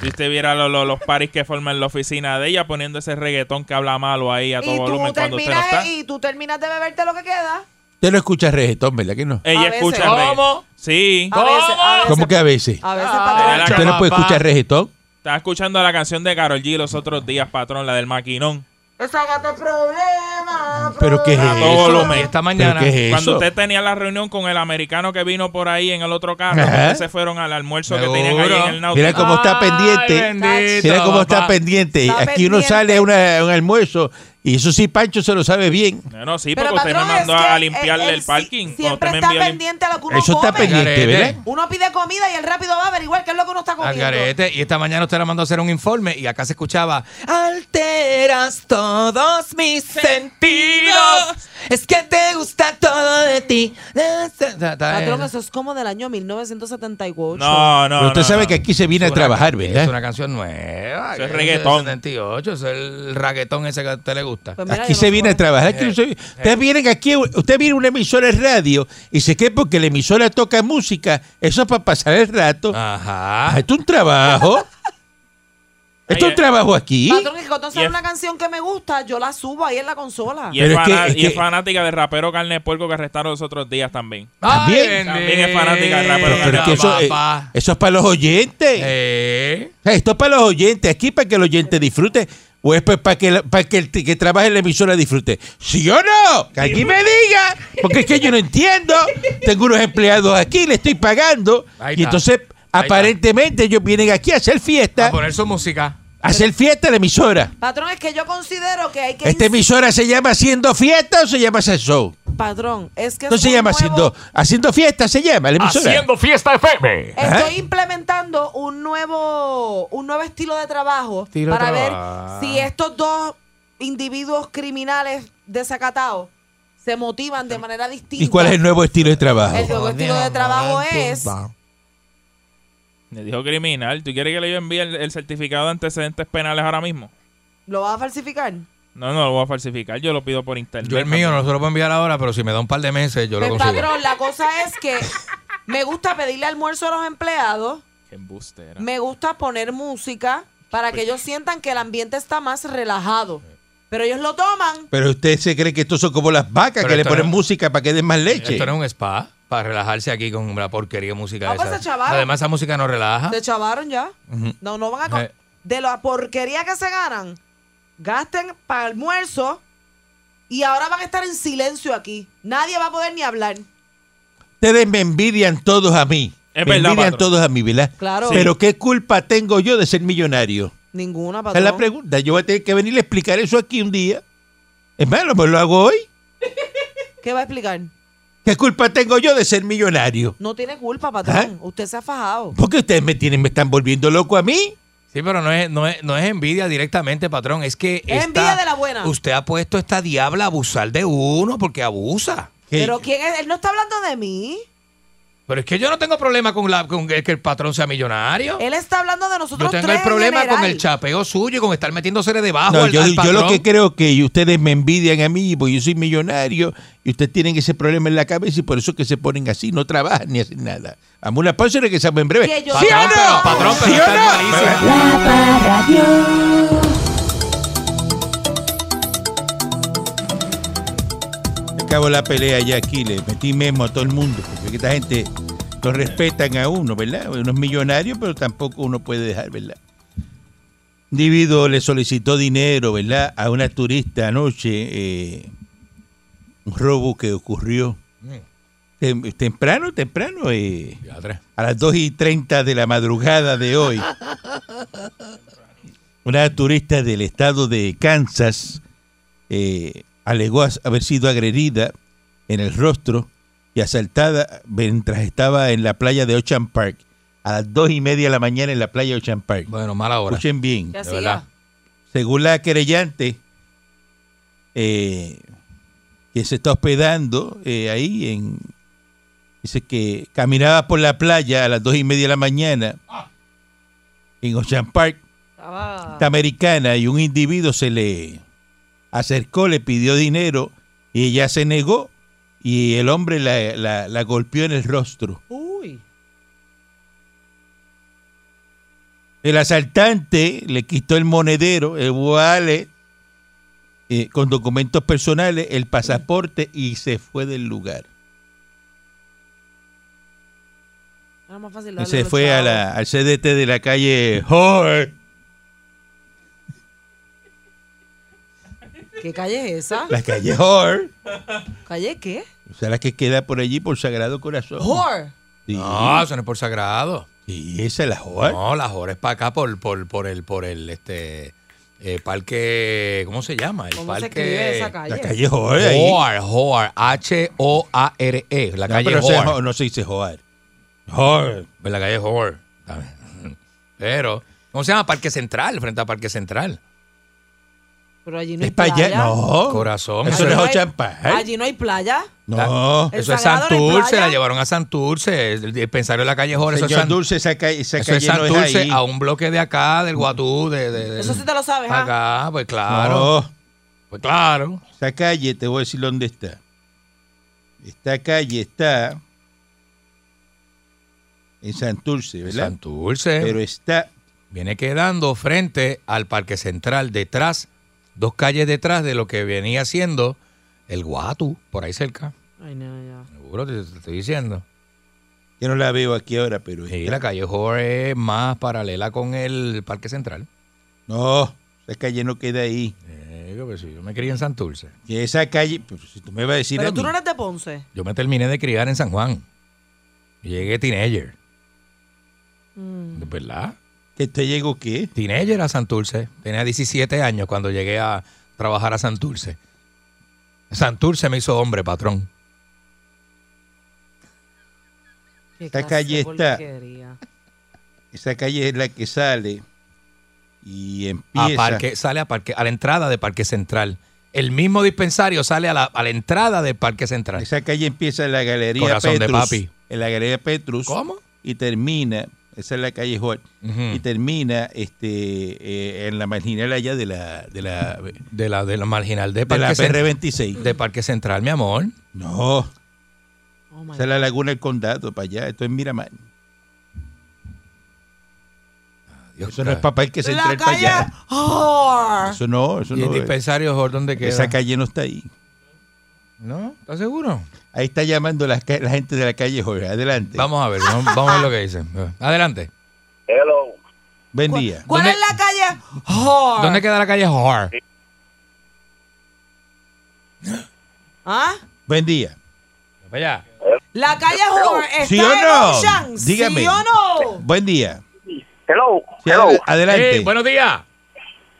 [SPEAKER 2] si usted viera lo- lo- los paris que forman en la oficina de ella poniendo ese reggaetón que habla malo ahí a todo
[SPEAKER 4] Y tú,
[SPEAKER 2] volumen cuando usted no está.
[SPEAKER 4] terminas, y tú terminas de beberte lo que queda.
[SPEAKER 3] Usted no escucha reggaetón, ¿verdad que no?
[SPEAKER 2] Ella
[SPEAKER 4] A veces.
[SPEAKER 2] escucha reggaetón.
[SPEAKER 5] ¿Cómo?
[SPEAKER 2] Sí,
[SPEAKER 4] A veces, a veces.
[SPEAKER 3] ¿Cómo que a veces?
[SPEAKER 4] A veces,
[SPEAKER 5] Ah,
[SPEAKER 4] patrón.
[SPEAKER 3] ¿Usted no puede escuchar reggaetón?
[SPEAKER 2] estaba escuchando la canción de Carol G los otros días, patrón, la del maquinón.
[SPEAKER 4] Esa gato es problema.
[SPEAKER 3] ¿Pero qué es
[SPEAKER 2] A todo
[SPEAKER 3] eso?
[SPEAKER 2] volumen.
[SPEAKER 5] Esta
[SPEAKER 3] ¿Pero
[SPEAKER 5] mañana.
[SPEAKER 3] qué es
[SPEAKER 2] Cuando
[SPEAKER 3] eso?
[SPEAKER 2] usted tenía la reunión con el americano que vino por ahí en el otro carro,
[SPEAKER 3] Ajá.
[SPEAKER 2] ustedes se fueron al almuerzo que tenían ahí
[SPEAKER 5] Seguro.
[SPEAKER 2] en el náutico.
[SPEAKER 3] Mira cómo está
[SPEAKER 5] Ay,
[SPEAKER 3] pendiente.
[SPEAKER 5] bendito,
[SPEAKER 3] Mira cómo está
[SPEAKER 5] papá.
[SPEAKER 3] pendiente.
[SPEAKER 4] Está
[SPEAKER 3] Aquí uno
[SPEAKER 4] pendiente.
[SPEAKER 3] sale a, una- a un almuerzo y eso sí, Pancho se lo sabe bien.
[SPEAKER 2] Ah, Bueno, sí,
[SPEAKER 4] Pero,
[SPEAKER 2] porque usted me
[SPEAKER 4] patrón,
[SPEAKER 2] mandó
[SPEAKER 4] es
[SPEAKER 2] a
[SPEAKER 4] que
[SPEAKER 2] limpiarle
[SPEAKER 4] él-
[SPEAKER 2] el,
[SPEAKER 4] él
[SPEAKER 2] parking.
[SPEAKER 4] si- Siempre
[SPEAKER 2] cuando
[SPEAKER 4] está
[SPEAKER 2] usted me envió a lim-
[SPEAKER 4] pendiente a lo que uno
[SPEAKER 3] Eso está
[SPEAKER 4] come.
[SPEAKER 3] pendiente,
[SPEAKER 5] Garete.
[SPEAKER 3] ¿verdad?
[SPEAKER 4] Uno pide comida y el rápido va a averiguar qué es lo que uno está
[SPEAKER 5] Al
[SPEAKER 4] comiendo.
[SPEAKER 3] eh.
[SPEAKER 5] garete. Y esta mañana usted la mandó a hacer un informe y acá se escuchaba.
[SPEAKER 7] Alteras todos mis sentidos. Es que te gusta todo de ti.
[SPEAKER 4] Patrón, eso es como del año 1978.
[SPEAKER 2] No, no.
[SPEAKER 3] Pero usted
[SPEAKER 2] no,
[SPEAKER 3] sabe
[SPEAKER 2] no.
[SPEAKER 3] que aquí se viene a
[SPEAKER 5] Una
[SPEAKER 3] trabajar,
[SPEAKER 5] can-
[SPEAKER 3] ¿verdad?
[SPEAKER 5] Es una canción nueva.
[SPEAKER 2] Eso es
[SPEAKER 5] que
[SPEAKER 2] reggaetón.
[SPEAKER 5] del 78, eso es el reggaetón ese que a usted le gusta.
[SPEAKER 4] Pues mira,
[SPEAKER 3] Aquí
[SPEAKER 4] yo
[SPEAKER 3] se
[SPEAKER 4] no
[SPEAKER 3] viene a
[SPEAKER 4] sé.
[SPEAKER 3] trabajar. Aquí no se- Ustedes vienen aquí, usted viene a una emisora de radio y se cree porque la emisora toca música, eso es para pasar el rato. Ah,
[SPEAKER 5] Ajá.
[SPEAKER 3] esto es un trabajo. Esto es un
[SPEAKER 2] Ay,
[SPEAKER 3] trabajo aquí.
[SPEAKER 4] Patrón, y cuando sale
[SPEAKER 2] Y es-
[SPEAKER 4] una canción que me gusta, yo la subo ahí en la consola.
[SPEAKER 2] Y es,
[SPEAKER 3] Pero es que-
[SPEAKER 2] fana-
[SPEAKER 3] es
[SPEAKER 2] y es
[SPEAKER 3] que-
[SPEAKER 2] fanática del rapero carne de puerco que arrestaron los otros días también.
[SPEAKER 3] También.
[SPEAKER 2] También es fanática del rapero
[SPEAKER 3] Pero, pero es que eso, eh,
[SPEAKER 5] papá.
[SPEAKER 3] eso es para los oyentes.
[SPEAKER 5] Eh,
[SPEAKER 3] O sea, Esto es para los oyentes, aquí para que el oyente disfrute, o es pues para que, la- para que el t- que trabaje en la emisora disfrute. ¿Sí o no? Que aquí me diga, porque es que yo no entiendo. Tengo unos empleados aquí, le estoy pagando,
[SPEAKER 5] Ahí
[SPEAKER 3] y
[SPEAKER 5] está.
[SPEAKER 3] entonces
[SPEAKER 5] Ahí está.
[SPEAKER 3] aparentemente ellos vienen aquí a hacer
[SPEAKER 5] a
[SPEAKER 3] fiesta,
[SPEAKER 5] poner su música.
[SPEAKER 3] a hacer fiesta en la emisora.
[SPEAKER 4] Patrón, es que yo considero que hay que.
[SPEAKER 3] ¿Esta
[SPEAKER 4] ins-
[SPEAKER 3] emisora se llama Haciendo Fiesta o se llama Hacer Show?
[SPEAKER 4] Patrón, es que.
[SPEAKER 3] No
[SPEAKER 4] es
[SPEAKER 3] se
[SPEAKER 4] un
[SPEAKER 3] llama
[SPEAKER 4] nuevo-
[SPEAKER 3] Haciendo, haciendo Fiesta, se llama la emisora.
[SPEAKER 1] fiesta FM.
[SPEAKER 5] ¿Eh?
[SPEAKER 4] Estoy implementando un nuevo, un nuevo estilo de trabajo
[SPEAKER 5] Estilo de
[SPEAKER 4] para
[SPEAKER 5] trabajo.
[SPEAKER 4] ver si estos dos individuos criminales desacatados se motivan de manera distinta.
[SPEAKER 3] ¿Y cuál es el nuevo estilo de trabajo?
[SPEAKER 4] El nuevo estilo de trabajo es
[SPEAKER 2] Le dijo criminal. ¿Tú quieres que le envíe el, el certificado de antecedentes penales ahora mismo?
[SPEAKER 4] ¿Lo vas a falsificar?
[SPEAKER 2] No, no lo voy a falsificar. Yo lo pido por internet.
[SPEAKER 5] Yo el mío no se lo puedo enviar ahora, pero si me da un par de meses, yo lo
[SPEAKER 4] Pues,
[SPEAKER 5] consigo.
[SPEAKER 4] patrón, la cosa es que me gusta pedirle almuerzo a los empleados,
[SPEAKER 2] Qué embustera.
[SPEAKER 4] me gusta poner música para que ellos sientan que el ambiente está más relajado. Pero ellos lo toman
[SPEAKER 3] Pero usted se cree que estos son como las vacas
[SPEAKER 5] Pero
[SPEAKER 3] que le
[SPEAKER 5] esto
[SPEAKER 3] ponen
[SPEAKER 5] no-
[SPEAKER 3] música para que den más leche.
[SPEAKER 5] Esto no es un spa para relajarse aquí con la porquería música
[SPEAKER 4] Ah, pues,
[SPEAKER 5] esa.
[SPEAKER 4] se chavaron.
[SPEAKER 5] Además, esa música no
[SPEAKER 3] Ah.
[SPEAKER 5] relaja.
[SPEAKER 4] Se chavaron ya. No, no van a. co-
[SPEAKER 5] Eh.
[SPEAKER 4] De la porquería que se ganan, gasten para almuerzo y ahora van a estar en silencio aquí. Nadie va a poder ni hablar.
[SPEAKER 3] Ustedes me envidian todos a mí.
[SPEAKER 2] Es
[SPEAKER 3] me
[SPEAKER 2] verdad,
[SPEAKER 3] envidian
[SPEAKER 2] patrón.
[SPEAKER 3] todos a mí, ¿verdad?
[SPEAKER 4] Claro. Sí.
[SPEAKER 3] Pero ¿qué culpa tengo yo de ser millonario?
[SPEAKER 4] Ninguna
[SPEAKER 3] Esa es
[SPEAKER 4] patrón.
[SPEAKER 3] la pregunta. Yo voy a tener que venir a explicar eso aquí un día. Es malo, me lo hago hoy.
[SPEAKER 4] ¿Qué va a explicar?
[SPEAKER 3] ¿Qué culpa tengo yo de ser millonario?
[SPEAKER 4] No tiene culpa,
[SPEAKER 3] ¿Eh?
[SPEAKER 4] patrón. Usted se ha fajado.
[SPEAKER 3] Porque ustedes me tienen, me están volviendo loco a mí.
[SPEAKER 5] Sí, pero no es, no, es, no es envidia directamente, patrón. Es que.
[SPEAKER 4] Es envidia de la buena.
[SPEAKER 5] Usted ha puesto a esta diabla a abusar de uno porque abusa.
[SPEAKER 3] Que-
[SPEAKER 4] Pero quién es? él no está hablando de mí.
[SPEAKER 5] Pero es que yo no tengo problema con, la, con que que el patrón sea millonario.
[SPEAKER 4] Él está hablando de
[SPEAKER 5] Yo
[SPEAKER 4] Eh, nosotros
[SPEAKER 5] tengo
[SPEAKER 4] tres
[SPEAKER 5] el
[SPEAKER 4] en
[SPEAKER 5] problema con
[SPEAKER 4] general.
[SPEAKER 5] el chapeo suyo y con estar metiéndosele debajo
[SPEAKER 3] No,
[SPEAKER 5] al,
[SPEAKER 3] yo,
[SPEAKER 5] al
[SPEAKER 3] yo lo
[SPEAKER 5] patrón.
[SPEAKER 3] que creo que ustedes me envidian a mí porque yo soy millonario y ustedes tienen ese problema en la cabeza y por eso es que se ponen así, no trabajan ni hacen nada. Vamos a una pausa y regresamos en breve.
[SPEAKER 4] Que yo-
[SPEAKER 3] ¿Sí o
[SPEAKER 5] eh.
[SPEAKER 3] no?
[SPEAKER 5] Patrón, pero, patrón, pero
[SPEAKER 3] ¿Sí o
[SPEAKER 5] está
[SPEAKER 3] no?
[SPEAKER 5] malísimo.
[SPEAKER 8] La Parradio.
[SPEAKER 3] Acabo la pelea ya aquí, le metí memo a todo el mundo, porque esta gente no respetan a uno, ¿verdad? Uno es millonario, pero tampoco uno puede dejar, ¿verdad? Individuo le solicitó dinero, ¿verdad? A una turista anoche, eh, un robo que ocurrió Tem- temprano, temprano, eh, a las 2 y 30 de la madrugada de hoy. Una turista del estado de Kansas eh, alegó as- haber sido agredida en el rostro y asaltada mientras estaba en la playa de Ocean Park. a las dos y media de la mañana en la playa Ocean Park.
[SPEAKER 5] Bueno, mala hora.
[SPEAKER 3] Escuchen bien.
[SPEAKER 4] ¿Qué
[SPEAKER 5] de verdad.
[SPEAKER 4] hacía?
[SPEAKER 3] Según la querellante, eh, que se está hospedando eh, ahí en... Dice que caminaba por la playa a las dos y media de la mañana en Ocean Park
[SPEAKER 4] Estaba...
[SPEAKER 3] esta americana y un individuo se le acercó, le pidió dinero y ella se negó y el hombre la, la- la golpeó en el rostro.
[SPEAKER 4] Uy.
[SPEAKER 3] El asaltante le quitó el monedero, el wallet, eh, con documentos personales, el pasaporte y se fue del lugar.
[SPEAKER 4] Era más fácil
[SPEAKER 3] Y
[SPEAKER 4] darle
[SPEAKER 3] se
[SPEAKER 4] los
[SPEAKER 3] fue a
[SPEAKER 4] chavos.
[SPEAKER 3] la- al CDT de la calle Jorge,
[SPEAKER 4] ¿Qué calle es esa?
[SPEAKER 3] la calle Jorge,
[SPEAKER 4] ¿Calle qué?
[SPEAKER 3] o sea, la que queda por allí por Sagrado Corazón.
[SPEAKER 4] Whore.
[SPEAKER 3] Sí,
[SPEAKER 5] No, eso no es por sagrado.
[SPEAKER 3] sí, esa es la Jorge.
[SPEAKER 5] No, las horas para acá por, por, por el, por el este eh, parque, ¿cómo se llama? El
[SPEAKER 4] ¿Cómo se
[SPEAKER 5] parque.
[SPEAKER 4] escribe esa calle?
[SPEAKER 3] La calle Jorge. ahí.
[SPEAKER 5] Hoar, Hoar, H-O-A-R-E, E, la
[SPEAKER 3] No,
[SPEAKER 5] calle
[SPEAKER 3] pero se-
[SPEAKER 5] Hoar.
[SPEAKER 3] no se dice Joar. Joar.
[SPEAKER 5] Pues la calle Howard. también. Pero, ¿cómo se llama? Parque Central, frente a Parque Central.
[SPEAKER 4] Pero allí no hay
[SPEAKER 3] Es para allá.
[SPEAKER 4] playa.
[SPEAKER 3] No.
[SPEAKER 5] Corazón.
[SPEAKER 4] Allí
[SPEAKER 3] Eso no es ¿eh?
[SPEAKER 4] hay-
[SPEAKER 3] Ocean Park.
[SPEAKER 4] Allí no hay playa.
[SPEAKER 3] No.
[SPEAKER 4] El
[SPEAKER 5] Eso es
[SPEAKER 4] Sagrado no hay
[SPEAKER 5] Santurce,
[SPEAKER 4] playa.
[SPEAKER 5] la llevaron a Santurce, el dispensario de la calle Howard. Eso es
[SPEAKER 3] Señor
[SPEAKER 5] San-
[SPEAKER 3] Dulce, esa calle, esa
[SPEAKER 5] eso es
[SPEAKER 3] calle no es
[SPEAKER 5] Santurce,
[SPEAKER 3] ahí.
[SPEAKER 5] a un bloque de acá, del Guatú, de, de- de-
[SPEAKER 4] Eso sí te lo sabes, ¿ah?
[SPEAKER 5] Acá, pues claro.
[SPEAKER 3] No,
[SPEAKER 5] Pues claro.
[SPEAKER 3] esa calle, te voy a decir dónde está. Esta calle está en Santurce, ¿verdad?
[SPEAKER 5] Santurce.
[SPEAKER 3] Pero está
[SPEAKER 5] Viene quedando frente al Parque Central, detrás, dos calles detrás de lo que venía siendo el Guatu, por ahí cerca.
[SPEAKER 4] Ay, no, ya.
[SPEAKER 5] Seguro te, te estoy diciendo.
[SPEAKER 3] yo no la veo aquí ahora, pero
[SPEAKER 5] Sí,
[SPEAKER 3] está-
[SPEAKER 5] la calle Jorge es más paralela con el Parque Central.
[SPEAKER 3] no, esa calle no queda ahí.
[SPEAKER 5] Eh, pues sí, yo me crié en Santurce.
[SPEAKER 3] Que esa calle, pero si tú me vas a decir a
[SPEAKER 4] Pero tú
[SPEAKER 3] mí,
[SPEAKER 4] no eres de Ponce.
[SPEAKER 5] Yo me terminé de criar en San Juan. Llegué teenager. ¿De verdad?
[SPEAKER 3] que te llegó qué?
[SPEAKER 5] Teenager a Santurce. Tenía 17 años cuando llegué a trabajar a Santurce. Santurce me hizo hombre, patrón.
[SPEAKER 4] Qué
[SPEAKER 3] Esta
[SPEAKER 4] clase
[SPEAKER 3] calle
[SPEAKER 4] de
[SPEAKER 3] está-
[SPEAKER 4] porquería.
[SPEAKER 3] Esa calle es la que sale y
[SPEAKER 5] a
[SPEAKER 3] empieza.
[SPEAKER 5] Ah, parque, sale a parque, a la entrada de Parque Central. El mismo dispensario sale a la, a la entrada de Parque Central.
[SPEAKER 3] Esa calle empieza en la Galería
[SPEAKER 5] Corazón de
[SPEAKER 3] Petrus.
[SPEAKER 5] papi.
[SPEAKER 3] En la Galería Petrus.
[SPEAKER 5] ¿Cómo?
[SPEAKER 3] Y termina, esa es la calle Jorge,
[SPEAKER 5] Ujú.
[SPEAKER 3] y termina este eh, en la marginal allá de la de la, de
[SPEAKER 5] De la, de la marginal de
[SPEAKER 3] la
[SPEAKER 5] Parque, Cen-
[SPEAKER 3] PR26.
[SPEAKER 5] de Parque Central, mi amor.
[SPEAKER 3] No,
[SPEAKER 4] Oh, my
[SPEAKER 3] esa es la Laguna del Condado, para allá, esto es Miramar. Eso no es para que se
[SPEAKER 4] La
[SPEAKER 3] entre para
[SPEAKER 4] calle
[SPEAKER 3] allá.
[SPEAKER 4] Whore.
[SPEAKER 3] Eso no, eso
[SPEAKER 5] ¿Y el
[SPEAKER 3] no. es.
[SPEAKER 5] dispensario, Jorge, dónde queda?
[SPEAKER 3] Esa calle no está ahí.
[SPEAKER 5] ¿No? ¿Estás seguro?
[SPEAKER 3] Ahí está llamando la, ca- la gente de la calle Jorge. Adelante.
[SPEAKER 5] Vamos a ver, vamos, vamos a ver lo que dicen. Adelante.
[SPEAKER 8] Hello.
[SPEAKER 3] Buen día.
[SPEAKER 4] ¿Cuál
[SPEAKER 5] ¿Dónde-
[SPEAKER 4] es la calle Whore?
[SPEAKER 5] ¿Dónde queda la calle Hard?
[SPEAKER 4] ¿Ah?
[SPEAKER 3] Buen día.
[SPEAKER 5] Allá.
[SPEAKER 4] La calle Whore está
[SPEAKER 3] ¿Sí o
[SPEAKER 4] en
[SPEAKER 3] no?
[SPEAKER 4] Ocean.
[SPEAKER 3] Dígame.
[SPEAKER 4] ¿Sí o no?
[SPEAKER 3] Buen día.
[SPEAKER 8] Hello.
[SPEAKER 3] Sí,
[SPEAKER 8] Hello.
[SPEAKER 3] adela- Adelante.
[SPEAKER 5] Sí, buenos días.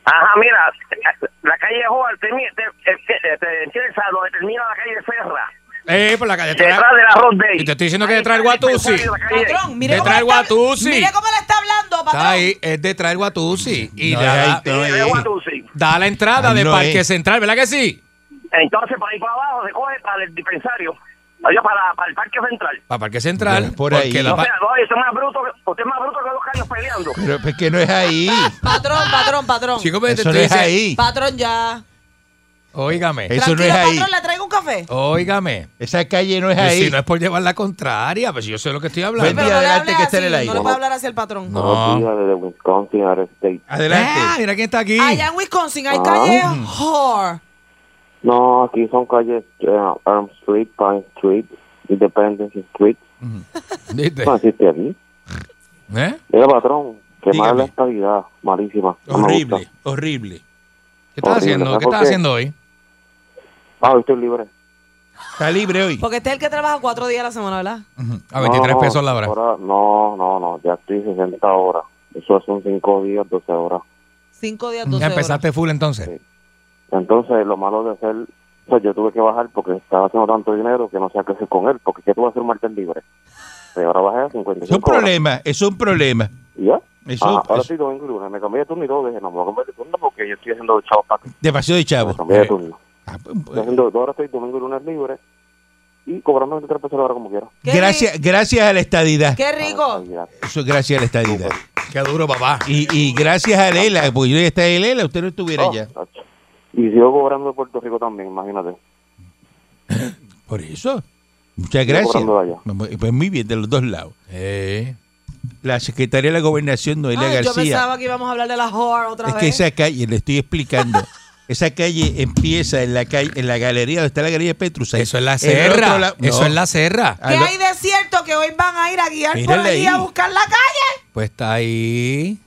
[SPEAKER 8] Ajá, mira, la calle Joal termina, te, te- te- empieza donde termina la calle Ferra.
[SPEAKER 5] Eh, por la calle
[SPEAKER 8] Detrás del arroz de
[SPEAKER 5] Y te estoy diciendo que detrás del Guatusi.
[SPEAKER 4] Patrón, mire
[SPEAKER 5] Detrás del
[SPEAKER 4] cómo, le está,
[SPEAKER 5] Guatusi.
[SPEAKER 4] mire cómo le está hablando, patrón.
[SPEAKER 5] Está ahí, es detrás del Guatusi. Y
[SPEAKER 3] No,
[SPEAKER 5] da,
[SPEAKER 3] ahí está.
[SPEAKER 5] da la entrada
[SPEAKER 3] Ahí
[SPEAKER 5] de
[SPEAKER 3] no
[SPEAKER 5] Parque
[SPEAKER 3] es.
[SPEAKER 5] Central, ¿verdad que sí?
[SPEAKER 8] Entonces, para ir para abajo, se coge para el dispensario. Adiós, para, para el Parque Central.
[SPEAKER 5] Para Parque Central.
[SPEAKER 3] Bueno, por
[SPEAKER 5] porque
[SPEAKER 3] ahí.
[SPEAKER 5] la
[SPEAKER 8] O
[SPEAKER 5] pa-
[SPEAKER 8] sea, no, usted es más bruto, que- usted es más bruto que los caños peleando.
[SPEAKER 3] Pero es que no es ahí.
[SPEAKER 4] Patrón, patrón, patrón.
[SPEAKER 5] Chico, pero te
[SPEAKER 3] Eso no
[SPEAKER 5] estoy
[SPEAKER 3] es
[SPEAKER 5] diciendo-
[SPEAKER 3] ahí.
[SPEAKER 4] Patrón ya.
[SPEAKER 5] Óigame,
[SPEAKER 3] Eso no
[SPEAKER 4] Tranquilo,
[SPEAKER 3] es ahí.
[SPEAKER 4] patrón, le traigo un café.
[SPEAKER 5] óigame.
[SPEAKER 3] Esa calle no es
[SPEAKER 5] Y
[SPEAKER 3] ahí.
[SPEAKER 5] Si no es por llevar la contraria, pues yo sé lo que estoy hablando.
[SPEAKER 3] Buen día,
[SPEAKER 4] Pero no le
[SPEAKER 3] adelante,
[SPEAKER 4] hable
[SPEAKER 3] que esté en el
[SPEAKER 4] así,
[SPEAKER 3] aire.
[SPEAKER 4] no le puede hablar hacia el patrón.
[SPEAKER 5] No.
[SPEAKER 8] desde Wisconsin, United States.
[SPEAKER 5] Ah,
[SPEAKER 3] Adelante.
[SPEAKER 5] mira quién está aquí.
[SPEAKER 4] Allá en Wisconsin hay
[SPEAKER 8] Ah.
[SPEAKER 4] calle Whore.
[SPEAKER 8] No, aquí son calles Arm Street, Pine Street, Independence Street.
[SPEAKER 5] ¿Viste?
[SPEAKER 8] existe aquí.
[SPEAKER 5] ¿Eh?
[SPEAKER 8] Mira, patrón, que
[SPEAKER 3] Dígame.
[SPEAKER 8] mala estabilidad, malísima. no me
[SPEAKER 3] Horrible,
[SPEAKER 8] gusta.
[SPEAKER 3] horrible.
[SPEAKER 5] ¿Qué estás
[SPEAKER 8] Horrible,
[SPEAKER 5] haciendo?
[SPEAKER 8] ¿sabes
[SPEAKER 5] ¿Qué
[SPEAKER 8] por
[SPEAKER 5] estás
[SPEAKER 8] qué?
[SPEAKER 5] haciendo hoy?
[SPEAKER 8] Ah, hoy estoy libre.
[SPEAKER 3] Está libre hoy.
[SPEAKER 4] Porque este es el que trabaja cuatro días a la semana, ¿verdad?
[SPEAKER 5] A 23
[SPEAKER 8] No,
[SPEAKER 5] pesos la hora.
[SPEAKER 8] ahora- no, no, no, ya estoy 60 horas. Eso son 5 días, 12 horas.
[SPEAKER 4] Cinco días, doce
[SPEAKER 5] Ya empezaste full entonces.
[SPEAKER 8] Sí. Entonces, lo malo de hacer, o sea, yo tuve que bajar porque estaba haciendo tanto dinero que no sé qué hacer con él, porque ¿qué tú vas a hacer un martes libre?
[SPEAKER 4] horas.
[SPEAKER 9] Pero ahora bajé a 55.
[SPEAKER 3] Es un
[SPEAKER 9] horas.
[SPEAKER 3] problema, es un problema.
[SPEAKER 9] ¿Y ya?
[SPEAKER 3] Eso-
[SPEAKER 9] Ah, ahora
[SPEAKER 3] eso-
[SPEAKER 9] sí, domingo y lunes. Me cambié de turno y todo. Dije, no, me voy a cambiar de turno porque yo estoy haciendo chavos para acá.
[SPEAKER 3] Demasiado de chavo.
[SPEAKER 10] Pues,
[SPEAKER 9] Me cambié de turno.
[SPEAKER 3] pues, Ah, pues, pues,
[SPEAKER 9] Estoy haciendo, ahora estoy domingo y lunes libre y cobrando 23 pesos la hora como quiera.
[SPEAKER 4] Qué
[SPEAKER 3] gracias, Eh, gracias a la estadidad.
[SPEAKER 4] ¡Qué
[SPEAKER 9] Ah,
[SPEAKER 4] rico!
[SPEAKER 9] ya.
[SPEAKER 3] Eso es gracias a la estadidad.
[SPEAKER 5] Qué duro, papá.
[SPEAKER 3] Y, y gracias a Lela, porque yo ya está en Lela, usted no estuviera
[SPEAKER 9] Oh,
[SPEAKER 3] allá.
[SPEAKER 9] tacho. Y sigo cobrando de Puerto Rico también, imagínate.
[SPEAKER 3] Por eso. Muchas gracias.
[SPEAKER 9] cobrando allá.
[SPEAKER 3] Pues muy bien, de los dos lados.
[SPEAKER 5] Eh,
[SPEAKER 3] La secretaria de la gobernación, Noelia
[SPEAKER 4] Ay, yo
[SPEAKER 3] García.
[SPEAKER 4] pensaba que íbamos a hablar de la horror otra
[SPEAKER 3] Es
[SPEAKER 4] vez.
[SPEAKER 3] que esa calle, le estoy explicando. Esa calle empieza en la calle, en la galería donde está la galería Petrus.
[SPEAKER 5] eso es la
[SPEAKER 3] El otro
[SPEAKER 5] serra.
[SPEAKER 3] lado-
[SPEAKER 5] Eso
[SPEAKER 3] no. Ah, eh,
[SPEAKER 5] es la serra.
[SPEAKER 4] ¿Qué
[SPEAKER 3] a lo-
[SPEAKER 4] hay de cierto que hoy van a ir a guiar por
[SPEAKER 3] Mírale
[SPEAKER 4] allí
[SPEAKER 3] ahí.
[SPEAKER 4] a buscar la calle?
[SPEAKER 5] Pues está ahí.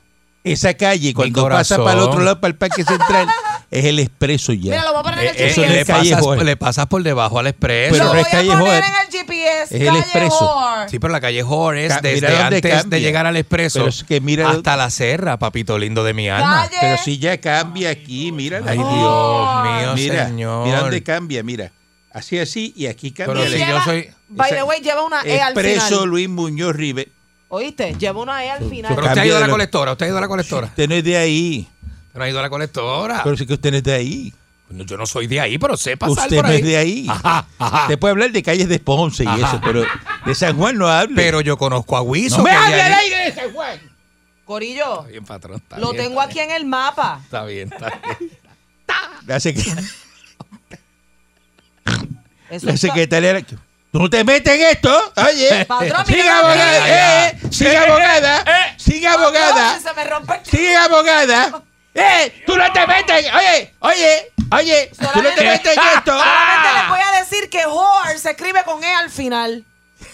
[SPEAKER 3] Esa calle, cuando pasa
[SPEAKER 5] corazón.
[SPEAKER 3] para el otro lado, para el parque central, es el expreso ya.
[SPEAKER 4] Mira, lo voy a poner en el
[SPEAKER 5] Eh,
[SPEAKER 3] eso
[SPEAKER 4] GPS.
[SPEAKER 3] no
[SPEAKER 5] le,
[SPEAKER 3] es calle,
[SPEAKER 5] pasas,
[SPEAKER 3] Jorge.
[SPEAKER 5] le pasas por debajo al expreso.
[SPEAKER 3] Pero
[SPEAKER 4] lo
[SPEAKER 3] no
[SPEAKER 4] voy
[SPEAKER 3] es calle
[SPEAKER 4] a poner
[SPEAKER 3] Jorge.
[SPEAKER 4] en el GPS.
[SPEAKER 3] Es el
[SPEAKER 4] calle
[SPEAKER 3] expreso.
[SPEAKER 4] Jorge.
[SPEAKER 5] Sí, pero la calle Jorge es
[SPEAKER 3] Ca-
[SPEAKER 5] desde
[SPEAKER 3] mira dónde
[SPEAKER 5] antes
[SPEAKER 3] cambia.
[SPEAKER 5] de llegar al expreso
[SPEAKER 3] Pero es que mira-
[SPEAKER 5] hasta la serra, papito lindo de mi alma.
[SPEAKER 4] Calle.
[SPEAKER 3] Pero si ya cambia aquí, mira. la-
[SPEAKER 5] Ay, Dios mío,
[SPEAKER 3] mira,
[SPEAKER 5] señor.
[SPEAKER 3] mira dónde cambia, mira. Así, así, y aquí cambia.
[SPEAKER 5] Pero
[SPEAKER 4] Y
[SPEAKER 5] si
[SPEAKER 3] la-
[SPEAKER 5] yo soy-
[SPEAKER 4] By
[SPEAKER 3] Esa-
[SPEAKER 4] the way, lleva una E al
[SPEAKER 3] Expreso
[SPEAKER 4] final.
[SPEAKER 3] Luis Muñoz Rive.
[SPEAKER 4] ¿Oíste? Lleva una E al final.
[SPEAKER 5] pero usted ha
[SPEAKER 3] Cambio
[SPEAKER 5] ido a
[SPEAKER 3] de
[SPEAKER 5] la
[SPEAKER 3] lo-
[SPEAKER 5] colectora, usted ha ido a la colectora.
[SPEAKER 3] Usted no es de ahí.
[SPEAKER 5] Pero ha ido a la colectora.
[SPEAKER 3] Pero sí que usted no es de ahí.
[SPEAKER 5] No, yo no soy de ahí, pero sé pasar
[SPEAKER 3] Usted
[SPEAKER 5] por
[SPEAKER 3] no
[SPEAKER 5] ahí.
[SPEAKER 3] es de ahí.
[SPEAKER 5] Ajá, ajá.
[SPEAKER 3] Usted puede hablar de calles de Ponce y eso, pero de San Juan no hable.
[SPEAKER 5] Pero yo conozco a Wiso.
[SPEAKER 3] ¡No me
[SPEAKER 5] que es de
[SPEAKER 3] hable
[SPEAKER 5] ahí.
[SPEAKER 3] al aire de San Juan!
[SPEAKER 4] Corillo,
[SPEAKER 5] Está bien, patrón. está
[SPEAKER 4] lo
[SPEAKER 5] bien,
[SPEAKER 4] tengo
[SPEAKER 5] está
[SPEAKER 4] aquí en el mapa.
[SPEAKER 5] bien, Está bien, está bien.
[SPEAKER 3] La, sec-
[SPEAKER 4] Eso
[SPEAKER 3] la
[SPEAKER 4] está-
[SPEAKER 3] secretaria. de la- ¿Tú no te metes en esto? Oye. eh,
[SPEAKER 4] Patrón, mira,
[SPEAKER 3] Siga abogada.
[SPEAKER 5] mira.
[SPEAKER 3] eh, eh, siga abogada.
[SPEAKER 5] eh.
[SPEAKER 3] Siga
[SPEAKER 4] Patrón,
[SPEAKER 3] abogada.
[SPEAKER 4] si se me rompe el-
[SPEAKER 3] Sigue abogada. ¡Eh! ¡Tú no te metes! en- ¡Oye! ¡Oye! ¡Oye! ¡Tú no te
[SPEAKER 4] Solamente-
[SPEAKER 3] metes en esto!
[SPEAKER 5] Ah,
[SPEAKER 4] Solamente les voy a decir que Horror se escribe con E al final.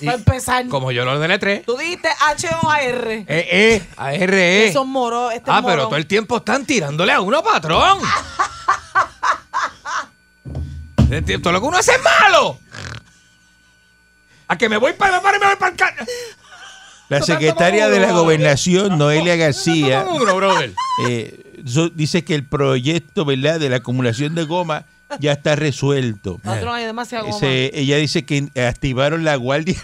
[SPEAKER 4] Para empezar.
[SPEAKER 5] Ah, Como yo lo deletré.
[SPEAKER 4] Tú dijiste H-O-A-R.
[SPEAKER 5] Eh, eh, a R, E.
[SPEAKER 4] Esos moros, este
[SPEAKER 5] Ah,
[SPEAKER 4] morón.
[SPEAKER 5] pero todo el tiempo están tirándole a uno, patrón. Todo el- Eh, todo lo que uno hace es malo. A que me voy para para me voy para el ca-
[SPEAKER 3] La secretaria de
[SPEAKER 5] eh.
[SPEAKER 3] la gobernación, Noelia García,
[SPEAKER 5] Uno, brother.
[SPEAKER 3] eh, so- dice que el proyecto ¿verdad? de la acumulación de goma ya está resuelto.
[SPEAKER 4] Patrón, hay demasiada goma.
[SPEAKER 3] Dice- ella dice que activaron la Guardia,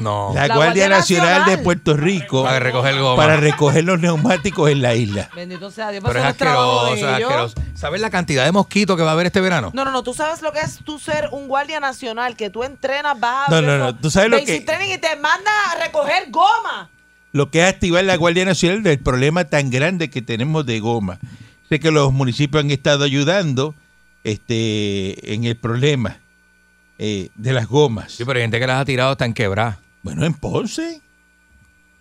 [SPEAKER 5] No.
[SPEAKER 3] la
[SPEAKER 4] La Guardia
[SPEAKER 3] guardia Nacional,
[SPEAKER 4] Nacional.
[SPEAKER 3] de Puerto Rico
[SPEAKER 5] Para recoger goma.
[SPEAKER 3] para recoger los neumáticos en la isla.
[SPEAKER 4] Bendito sea Dios,
[SPEAKER 5] pero es
[SPEAKER 4] eso no trabajo de
[SPEAKER 5] asqueroso, es
[SPEAKER 4] ellos.
[SPEAKER 5] asqueroso. ¿Sabes la cantidad de mosquitos que va a haber este verano?
[SPEAKER 4] No, no, no, tú sabes lo que es tú ser un guardia nacional, que tú entrenas, vas a
[SPEAKER 3] No, no, no, tú sabes lo
[SPEAKER 4] basic
[SPEAKER 3] que-
[SPEAKER 4] training y te mandan a recoger goma.
[SPEAKER 3] Lo que es activar la Guardia Nacional del problema tan grande que tenemos de goma. Sé que los municipios han estado ayudando este, en el problema eh, de las gomas.
[SPEAKER 5] Sí, pero hay gente que las ha tirado están quebradas.
[SPEAKER 3] Bueno, en Ponce.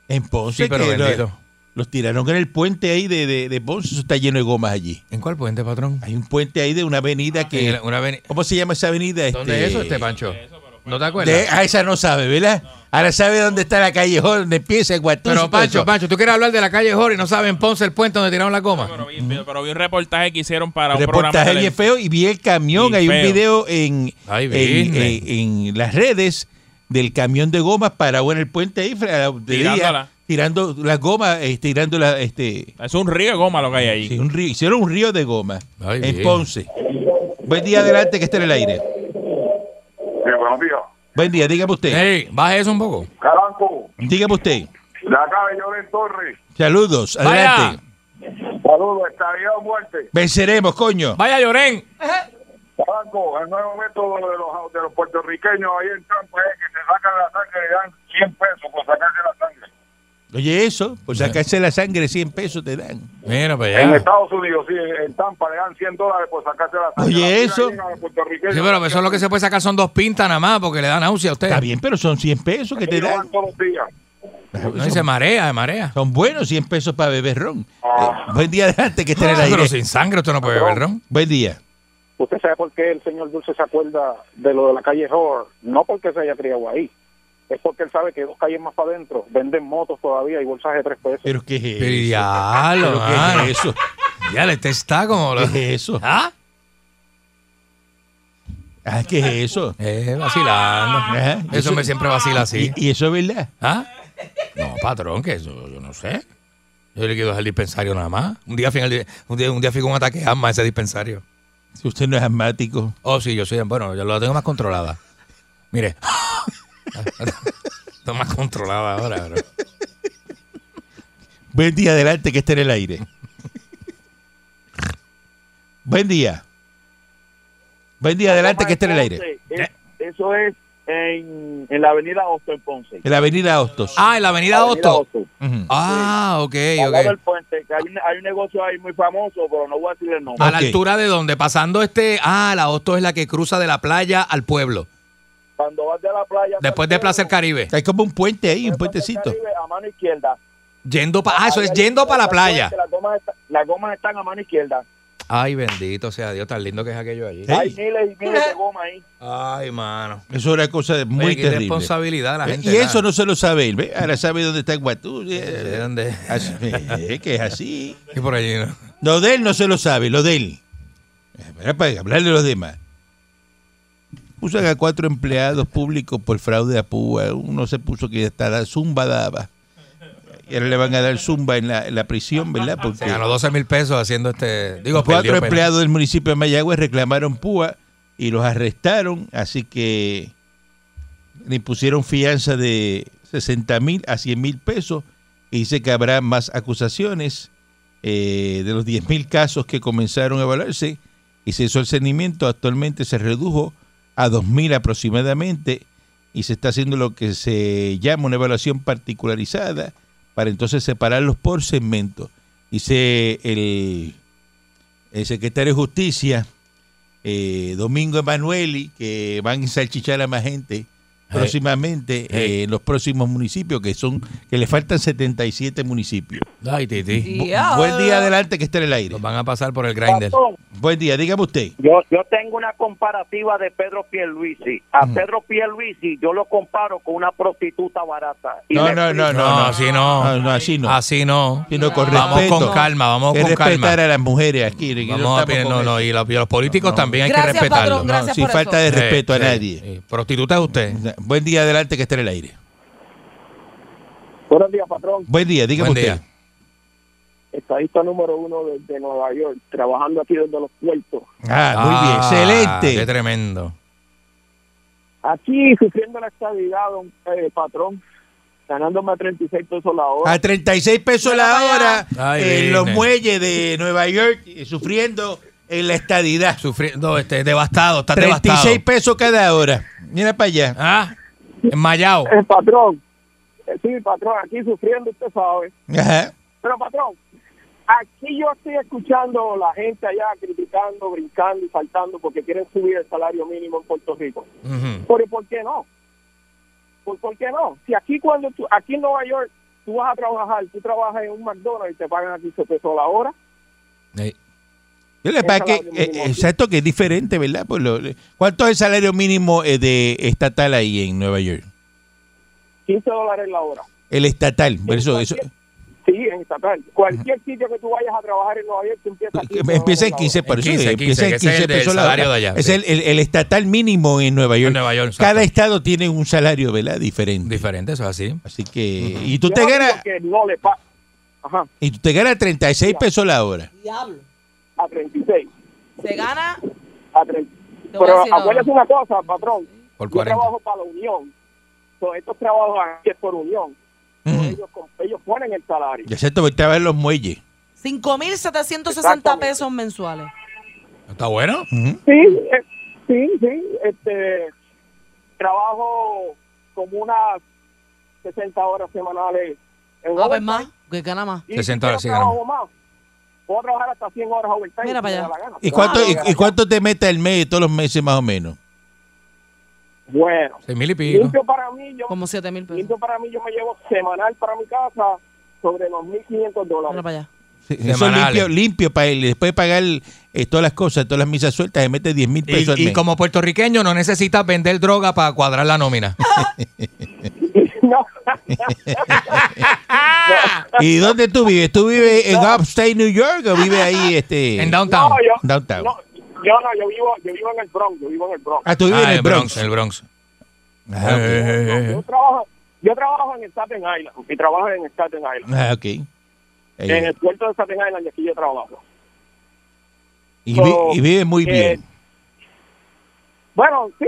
[SPEAKER 3] En Ponce.
[SPEAKER 5] Sí, pero
[SPEAKER 3] que lo-
[SPEAKER 5] bendito.
[SPEAKER 3] los tiraron en el puente ahí de, de, de Ponce. Eso está lleno de gomas allí.
[SPEAKER 5] ¿En cuál puente, patrón?
[SPEAKER 3] Hay un puente ahí de una avenida que...
[SPEAKER 5] Ah, En el- una aveni-
[SPEAKER 3] ¿Cómo se llama esa avenida?
[SPEAKER 5] ¿Dónde es eso, este Pancho?
[SPEAKER 4] pues,
[SPEAKER 5] ¿No te acuerdas?
[SPEAKER 3] de- ah, esa no sabe, ¿verdad? Ahora sabe dónde está la callejón, donde empieza el Guatuzzi,
[SPEAKER 5] Pero
[SPEAKER 3] todo
[SPEAKER 5] Pancho,
[SPEAKER 3] eso.
[SPEAKER 5] Pancho, tú quieres hablar de la calle Jorge y no saben Ponce el puente donde tiraron la goma.
[SPEAKER 2] Pero vi, pero vi un reportaje que hicieron para un programa
[SPEAKER 3] reportaje
[SPEAKER 2] de
[SPEAKER 3] bien feo y vi el camión.
[SPEAKER 2] Bien
[SPEAKER 3] Hay un
[SPEAKER 2] feo.
[SPEAKER 3] video en,
[SPEAKER 5] Ay,
[SPEAKER 3] en,
[SPEAKER 5] business.
[SPEAKER 3] en- en las redes del camión de gomas parado en el puente ahí, fra- de día,
[SPEAKER 2] Tirándola.
[SPEAKER 3] tirando las gomas, eh, tirando la, este,
[SPEAKER 2] Es un río de goma lo que hay ahí.
[SPEAKER 3] sí, un río, hicieron un río de gomas
[SPEAKER 5] Ay,
[SPEAKER 3] en
[SPEAKER 5] bien.
[SPEAKER 3] Ponce. Buen día, adelante, que esté en el aire.
[SPEAKER 9] Sí, buenos días.
[SPEAKER 3] Buen día, dígame usted.
[SPEAKER 5] Ey, baja eso un poco.
[SPEAKER 9] Caranco,
[SPEAKER 3] Dígame usted.
[SPEAKER 9] de acá de Lloren Torres.
[SPEAKER 3] Saludos,
[SPEAKER 5] Vaya.
[SPEAKER 3] adelante.
[SPEAKER 9] Saludos, estabilidad o muerte.
[SPEAKER 3] Venceremos, coño.
[SPEAKER 5] Vaya, Lloren.
[SPEAKER 9] Caranco, el nuevo método de los, de los puertorriqueños ahí en Tampa es que se sacan la sangre y le dan 100 pesos por sacarse la sangre.
[SPEAKER 3] Oye, eso, por
[SPEAKER 5] Eh.
[SPEAKER 3] sacarse la sangre, 100 pesos te dan.
[SPEAKER 5] Mira, pues
[SPEAKER 9] En
[SPEAKER 5] ya. Sí,
[SPEAKER 9] Estados Unidos, sí, en Tampa le dan 100 dólares por sacarse la sangre.
[SPEAKER 3] Oye,
[SPEAKER 9] La tira
[SPEAKER 3] eso.
[SPEAKER 9] llena de puertorriqueños.
[SPEAKER 5] pero eso es lo que se puede sacar son dos pintas nada más porque le dan náusea a usted.
[SPEAKER 3] Está bien, pero son 100 pesos que
[SPEAKER 9] Y
[SPEAKER 3] te
[SPEAKER 9] lo
[SPEAKER 3] dan.
[SPEAKER 9] dan todos los días.
[SPEAKER 5] Eh. No, y se marea, se marea.
[SPEAKER 3] Son buenos 100 pesos para beber ron. Eh, buen día, adelante, que esté en el
[SPEAKER 5] Ah, Pero
[SPEAKER 3] aire.
[SPEAKER 5] sin sangre usted no puede beber ron.
[SPEAKER 3] Buen día.
[SPEAKER 9] ¿Usted sabe por qué el señor Dulce se acuerda de lo de la calle Hor? No porque se haya criado ahí. Es porque él sabe que dos calles más para adentro venden motos todavía y bolsas de tres pesos.
[SPEAKER 3] Pero ¿qué es eso?
[SPEAKER 5] Pero ya lo
[SPEAKER 3] ¿Pero
[SPEAKER 5] mano.
[SPEAKER 3] ¿Qué es eso?
[SPEAKER 5] Ya le te está como. lo-
[SPEAKER 3] ¿Qué es eso?
[SPEAKER 5] ¿Ah?
[SPEAKER 3] Ah, ¿Qué es eso?
[SPEAKER 5] Eh, vacilando.
[SPEAKER 3] Ajá.
[SPEAKER 5] Eso me Ah, siempre vacila así.
[SPEAKER 3] Y, y eso es verdad.
[SPEAKER 5] ¿Ah? No, patrón, que eso, yo no sé. Yo le quiero dejar el dispensario nada más. Un día fui, en el- un día, un día fui con un ataque de asma a ese dispensario.
[SPEAKER 3] Si usted no es asmático.
[SPEAKER 5] Oh, sí, yo soy. Bueno, yo lo tengo más controlada. Mire. está más controlada ahora, bro.
[SPEAKER 3] Buen día, adelante, que esté en el aire. Buen día. Buen día, adelante, que esté en el aire.
[SPEAKER 10] Es- Eso es en, en la avenida Austin Ponce.
[SPEAKER 3] En la avenida Hostos.
[SPEAKER 5] Ah, en la avenida Agosto.
[SPEAKER 10] Austin.
[SPEAKER 3] Ujú.
[SPEAKER 5] Ah, ok,
[SPEAKER 10] Al lado del
[SPEAKER 5] ok.
[SPEAKER 10] puente, que hay, un- hay un negocio ahí muy famoso, pero no voy a decir el nombre.
[SPEAKER 5] ¿A la
[SPEAKER 3] Ok.
[SPEAKER 5] altura de dónde? Pasando este. Ah, la Agosto es la que cruza de la playa al pueblo.
[SPEAKER 10] Cuando vas de la playa...
[SPEAKER 5] Después de Placer Caribe.
[SPEAKER 3] Hay como un puente ahí, un
[SPEAKER 10] Plaza
[SPEAKER 3] puentecito.
[SPEAKER 10] Caribe, A mano izquierda.
[SPEAKER 5] Yendo para. Ah, eso es
[SPEAKER 10] Ahí hay-
[SPEAKER 5] yendo para la
[SPEAKER 10] ahí
[SPEAKER 5] playa.
[SPEAKER 10] puente, Las gomas, está- las gomas están a mano izquierda.
[SPEAKER 5] Ay, bendito sea Dios, tan lindo que es aquello allí.
[SPEAKER 9] Eh.
[SPEAKER 3] Ey,
[SPEAKER 10] Hay miles y miles de gomas ahí.
[SPEAKER 5] Ay, mano.
[SPEAKER 3] eso era cosa de- muy
[SPEAKER 5] Oye, qué
[SPEAKER 3] terrible.
[SPEAKER 5] responsabilidad la
[SPEAKER 3] Eh,
[SPEAKER 5] gente.
[SPEAKER 3] Y eso
[SPEAKER 5] ¿verdad?
[SPEAKER 3] no se lo sabe él. ¿ve? Ahora sabe dónde está Guatú. eh,
[SPEAKER 5] Sí, ¿de dónde?
[SPEAKER 3] así- eh, que es así.
[SPEAKER 5] Y por allí, ¿no?
[SPEAKER 3] Lo de él no se lo sabe, lo de él. Eh, Era para hablarle a los demás. Usan a cuatro empleados públicos por fraude a púa. Uno se puso que hasta la zumba daba. Y ahora le van a dar zumba en la, en la prisión, ¿verdad? Porque
[SPEAKER 5] Se ganó 12 mil pesos haciendo este. Digo,
[SPEAKER 3] cuatro
[SPEAKER 5] perdió, pero-
[SPEAKER 3] empleados del municipio de Mayagüez reclamaron púa y los arrestaron. Así que le impusieron fianza de 60 mil a 100 mil pesos. Y dice que habrá más acusaciones eh, de los 10 mil casos que comenzaron a evaluarse y se hizo el seguimiento. Actualmente se redujo a 2 mil aproximadamente y se está haciendo lo que se llama una evaluación particularizada para entonces separarlos por segmento. Dice el, el secretario de Justicia, eh, Domingo Emanueli, que van a ensalchichar a más
[SPEAKER 5] Eh,
[SPEAKER 3] gente próximamente eh, en los próximos municipios, que son que le faltan 77 municipios.
[SPEAKER 5] Ay, Titi.
[SPEAKER 4] ah.
[SPEAKER 3] Bu- Buen día adelante que esté en el aire.
[SPEAKER 5] Los van a pasar por el grinder.
[SPEAKER 10] Pastor,
[SPEAKER 3] Buen día, dígame usted.
[SPEAKER 10] Yo, yo tengo una comparativa de Pedro Pierluisi. A
[SPEAKER 5] Mm.
[SPEAKER 10] Pedro Pierluisi yo lo comparo con una prostituta barata. Y
[SPEAKER 3] No,
[SPEAKER 10] le
[SPEAKER 3] no, no,
[SPEAKER 10] explico.
[SPEAKER 3] no,
[SPEAKER 5] No,
[SPEAKER 3] no.
[SPEAKER 5] así no.
[SPEAKER 3] No, no, así no.
[SPEAKER 5] Así no.
[SPEAKER 3] Sino con
[SPEAKER 5] Vamos
[SPEAKER 3] respeto.
[SPEAKER 5] con calma, vamos
[SPEAKER 3] Hay que
[SPEAKER 5] con calma.
[SPEAKER 3] respetar a las mujeres aquí. que
[SPEAKER 5] Vamos a
[SPEAKER 3] estamos
[SPEAKER 5] pe-
[SPEAKER 3] con
[SPEAKER 5] no, no,
[SPEAKER 3] eso.
[SPEAKER 5] y los, y los políticos
[SPEAKER 3] No, no.
[SPEAKER 5] también hay que
[SPEAKER 4] Gracias,
[SPEAKER 5] respetarlo.
[SPEAKER 4] patrón, gracias
[SPEAKER 3] No, sin
[SPEAKER 4] por
[SPEAKER 3] falta
[SPEAKER 5] Sí,
[SPEAKER 3] de respeto a
[SPEAKER 5] sí,
[SPEAKER 3] nadie.
[SPEAKER 5] sí. Prostituta es usted.
[SPEAKER 3] Buen día adelante que esté en el aire.
[SPEAKER 10] Buenos días, patrón.
[SPEAKER 3] Buen día, dígame
[SPEAKER 5] Buen
[SPEAKER 3] usted.
[SPEAKER 5] día.
[SPEAKER 10] Estadista número uno de, de Nueva York, trabajando aquí desde los puertos.
[SPEAKER 3] Ah, muy bien,
[SPEAKER 5] Ah, Qué
[SPEAKER 3] excelente.
[SPEAKER 5] tremendo.
[SPEAKER 10] Aquí sufriendo la estabilidad, don, eh, patrón, ganándome a 36 pesos la hora.
[SPEAKER 3] A 36 pesos la hora
[SPEAKER 5] Ay,
[SPEAKER 3] en los
[SPEAKER 5] business.
[SPEAKER 3] muelles de Nueva York eh, sufriendo en la estadidad.
[SPEAKER 5] Sufriendo, este, devastado, está
[SPEAKER 3] 36
[SPEAKER 5] devastado.
[SPEAKER 3] pesos cada hora. Mira para allá.
[SPEAKER 5] Ah, enmayado.
[SPEAKER 10] Eh, patrón, eh, sí, patrón, aquí sufriendo, usted sabe.
[SPEAKER 3] Ajá.
[SPEAKER 10] Pero, patrón, aquí yo estoy escuchando la gente allá criticando, brincando y saltando porque quieren subir el salario mínimo en Puerto Rico.
[SPEAKER 5] Ujú.
[SPEAKER 10] Pero ¿por qué no? ¿Por, por qué no? Si aquí cuando tú, aquí en Nueva York tú vas a trabajar, tú trabajas en un McDonald's y te pagan a 15 pesos la hora.
[SPEAKER 5] Ey.
[SPEAKER 3] Yo le
[SPEAKER 10] El
[SPEAKER 3] pasa que,
[SPEAKER 10] salario mínimo.
[SPEAKER 3] eh, exacto, que es diferente, ¿verdad? Por lo- eh, ¿Cuánto es el salario mínimo eh, de estatal ahí en Nueva York?
[SPEAKER 10] 15 dólares la hora.
[SPEAKER 3] El estatal, por eso, eso
[SPEAKER 10] Sí, en estatal. Cualquier sitio que tú vayas a trabajar en Nueva York, tú empiezas a 15 dólares
[SPEAKER 3] eh, empieza en
[SPEAKER 10] la
[SPEAKER 3] 15,
[SPEAKER 10] hora.
[SPEAKER 3] por eso
[SPEAKER 5] En 15,
[SPEAKER 3] empieza en
[SPEAKER 5] 15,
[SPEAKER 3] 15
[SPEAKER 5] que es el del
[SPEAKER 3] pesos la
[SPEAKER 5] salario
[SPEAKER 3] hora.
[SPEAKER 5] de allá,
[SPEAKER 3] Es
[SPEAKER 5] sí.
[SPEAKER 3] el, el- el estatal mínimo en Nueva York.
[SPEAKER 5] En Nueva York, exacto.
[SPEAKER 3] Cada estado tiene un salario, ¿verdad? Diferente.
[SPEAKER 5] Diferente, eso es así.
[SPEAKER 3] Así que y tú
[SPEAKER 10] Yo
[SPEAKER 3] te
[SPEAKER 10] no digo
[SPEAKER 3] ganas
[SPEAKER 10] que no le pa- Ajá,
[SPEAKER 3] y tú te ganas 36 pesos la hora.
[SPEAKER 4] Diablo.
[SPEAKER 10] a 36.
[SPEAKER 4] Se gana.
[SPEAKER 10] a 30.
[SPEAKER 4] Te voy a
[SPEAKER 10] Pero
[SPEAKER 4] decir ahora.
[SPEAKER 10] acuérdate una cosa, patrón.
[SPEAKER 5] Por
[SPEAKER 10] Yo
[SPEAKER 5] 40.
[SPEAKER 10] trabajo para la Unión. So, estos trabajos aquí es por Unión. ellos, ellos ponen el salario.
[SPEAKER 3] Ya cierto, estaba en los muelles.
[SPEAKER 4] 5.760
[SPEAKER 10] Exactamente.
[SPEAKER 4] pesos mensuales.
[SPEAKER 5] ¿Está bueno?
[SPEAKER 3] Ujú.
[SPEAKER 10] Sí, eh, sí, sí. Este, trabajo como unas 60 horas semanales. En
[SPEAKER 4] A ver,
[SPEAKER 10] overtime.
[SPEAKER 4] Ah, pues más. Que gana más.
[SPEAKER 10] Y
[SPEAKER 5] 60
[SPEAKER 10] yo
[SPEAKER 5] horas, sí,
[SPEAKER 10] trabajo más. Puedo trabajar hasta 100 horas overtime.
[SPEAKER 4] Mira para
[SPEAKER 10] si me da
[SPEAKER 4] allá.
[SPEAKER 10] la gana.
[SPEAKER 3] ¿Y cuánto
[SPEAKER 10] Claro,
[SPEAKER 3] y,
[SPEAKER 10] mira
[SPEAKER 3] y
[SPEAKER 10] para
[SPEAKER 3] cuánto te mete el mes todos los meses más o menos?
[SPEAKER 10] allá. Bueno,
[SPEAKER 5] Seis mil y pico.
[SPEAKER 10] limpio para mí, yo,
[SPEAKER 4] Como 7 mil pesos.
[SPEAKER 10] limpio para mí, yo me llevo semanal para mi casa sobre los 1.500 dólares.
[SPEAKER 4] Mira para allá.
[SPEAKER 3] Sí, Eso
[SPEAKER 5] Semanales.
[SPEAKER 3] limpio, limpio para él. Después de pagar eh, todas las cosas, todas las misas sueltas, se mete 10 mil pesos al
[SPEAKER 5] Y, y
[SPEAKER 3] mes.
[SPEAKER 5] como puertorriqueño no necesitas vender droga para cuadrar la nómina.
[SPEAKER 10] No.
[SPEAKER 3] ¿Y dónde tú vives? ¿Tú vives en Upstate New York o vives ahí este
[SPEAKER 5] En downtown.
[SPEAKER 10] No, yo,
[SPEAKER 3] Downtown.
[SPEAKER 10] no, yo no, yo vivo, yo vivo en el Bronx, yo vivo en el Bronx.
[SPEAKER 3] Ah, tú vives
[SPEAKER 5] Ah,
[SPEAKER 3] en el Bronx.
[SPEAKER 5] El Bronx. Eh,
[SPEAKER 3] Ah, ok.
[SPEAKER 10] Yo trabajo, yo trabajo en Staten Island, y trabajo en Staten Island.
[SPEAKER 3] Ah, ok. Ahí.
[SPEAKER 5] Eh.
[SPEAKER 10] En el puerto de Staten Island y aquí yo trabajo.
[SPEAKER 3] Y, vi- y vive muy
[SPEAKER 10] Eh,
[SPEAKER 3] bien.
[SPEAKER 10] Bueno, sí,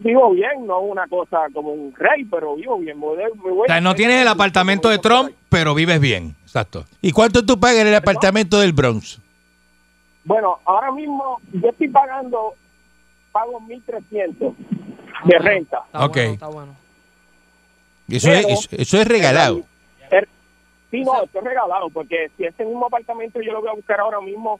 [SPEAKER 9] vivo bien, no una cosa como un rey, pero vivo bien. muy bien, muy
[SPEAKER 5] O
[SPEAKER 9] bueno.
[SPEAKER 5] sea, no tienes el apartamento de Trump, pero vives bien. Exacto.
[SPEAKER 3] ¿Y cuánto tú pagas en el apartamento del Bronx?
[SPEAKER 9] Bueno, ahora mismo yo estoy pagando, pago 1.300 de renta.
[SPEAKER 4] Está
[SPEAKER 5] Ok.
[SPEAKER 4] bueno, está bueno.
[SPEAKER 3] Eso es,
[SPEAKER 9] Pero-
[SPEAKER 3] eso- eso es regalado.
[SPEAKER 9] Er- Sí, no, esto es regalado, porque si ese mismo apartamento yo lo voy a buscar ahora mismo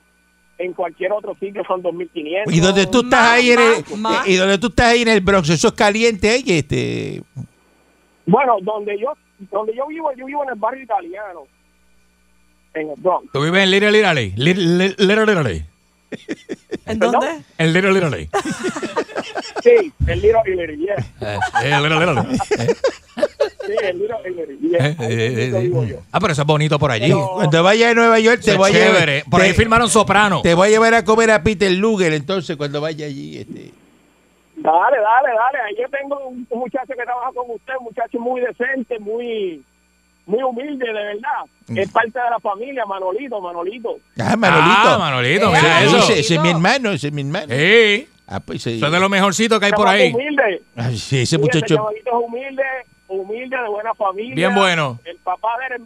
[SPEAKER 9] en cualquier otro sitio son 2.500.
[SPEAKER 3] Y donde tú estás
[SPEAKER 4] Ma,
[SPEAKER 3] ahí eh, en el,
[SPEAKER 4] ma, ma.
[SPEAKER 3] y donde tú estás ahí en el Bronx, eso es caliente ahí, este.
[SPEAKER 9] Bueno, donde yo, donde yo vivo, yo vivo en el barrio italiano, en el Bronx.
[SPEAKER 5] Tú vives en Little Italy. Little Little- Little Italy.
[SPEAKER 4] ¿En
[SPEAKER 9] ¿Perdón?
[SPEAKER 4] dónde?
[SPEAKER 5] En Little Italy.
[SPEAKER 9] Sí, el Little Hillary, yes.
[SPEAKER 5] Eh, eh, Little Italy.
[SPEAKER 9] Sí, el Little Hillary,
[SPEAKER 5] Eh,
[SPEAKER 9] yes. Ahí
[SPEAKER 5] eh,
[SPEAKER 9] mismo vivo yo.
[SPEAKER 5] eh. Ah, pero eso es bonito por allí.
[SPEAKER 9] Pero-
[SPEAKER 3] Cuando vayas a Nueva York
[SPEAKER 5] Eso
[SPEAKER 3] te
[SPEAKER 5] es
[SPEAKER 3] voy a llevar-
[SPEAKER 5] chévere. Por ahí
[SPEAKER 3] te-
[SPEAKER 5] firmaron Soprano.
[SPEAKER 3] Te voy a llevar a comer a Peter Luger, entonces, cuando vaya allí. Este.
[SPEAKER 9] Dale, dale, dale. Ahí yo tengo un, un muchacho que trabaja con usted, un muchacho muy decente, muy muy humilde, de verdad.
[SPEAKER 5] Mm.
[SPEAKER 9] Es parte de la familia, Manolito, Manolito.
[SPEAKER 3] Ah, Manolito.
[SPEAKER 5] Ah, Manolito,
[SPEAKER 3] Ah,
[SPEAKER 5] mira
[SPEAKER 3] ese-
[SPEAKER 5] eso.
[SPEAKER 3] Ese, es mi hermano, ese es mi hermano.
[SPEAKER 5] Sí.
[SPEAKER 3] Ah, pues sí.
[SPEAKER 5] Eso es de lo mejorcito que hay por
[SPEAKER 9] Chamaco
[SPEAKER 5] ahí.
[SPEAKER 9] Humilde.
[SPEAKER 3] Ah, sí, ese
[SPEAKER 9] Sí, ese
[SPEAKER 3] muchacho.
[SPEAKER 9] chavalito es humilde, humilde, de buena familia.
[SPEAKER 5] Bien bueno.
[SPEAKER 9] El papá de él,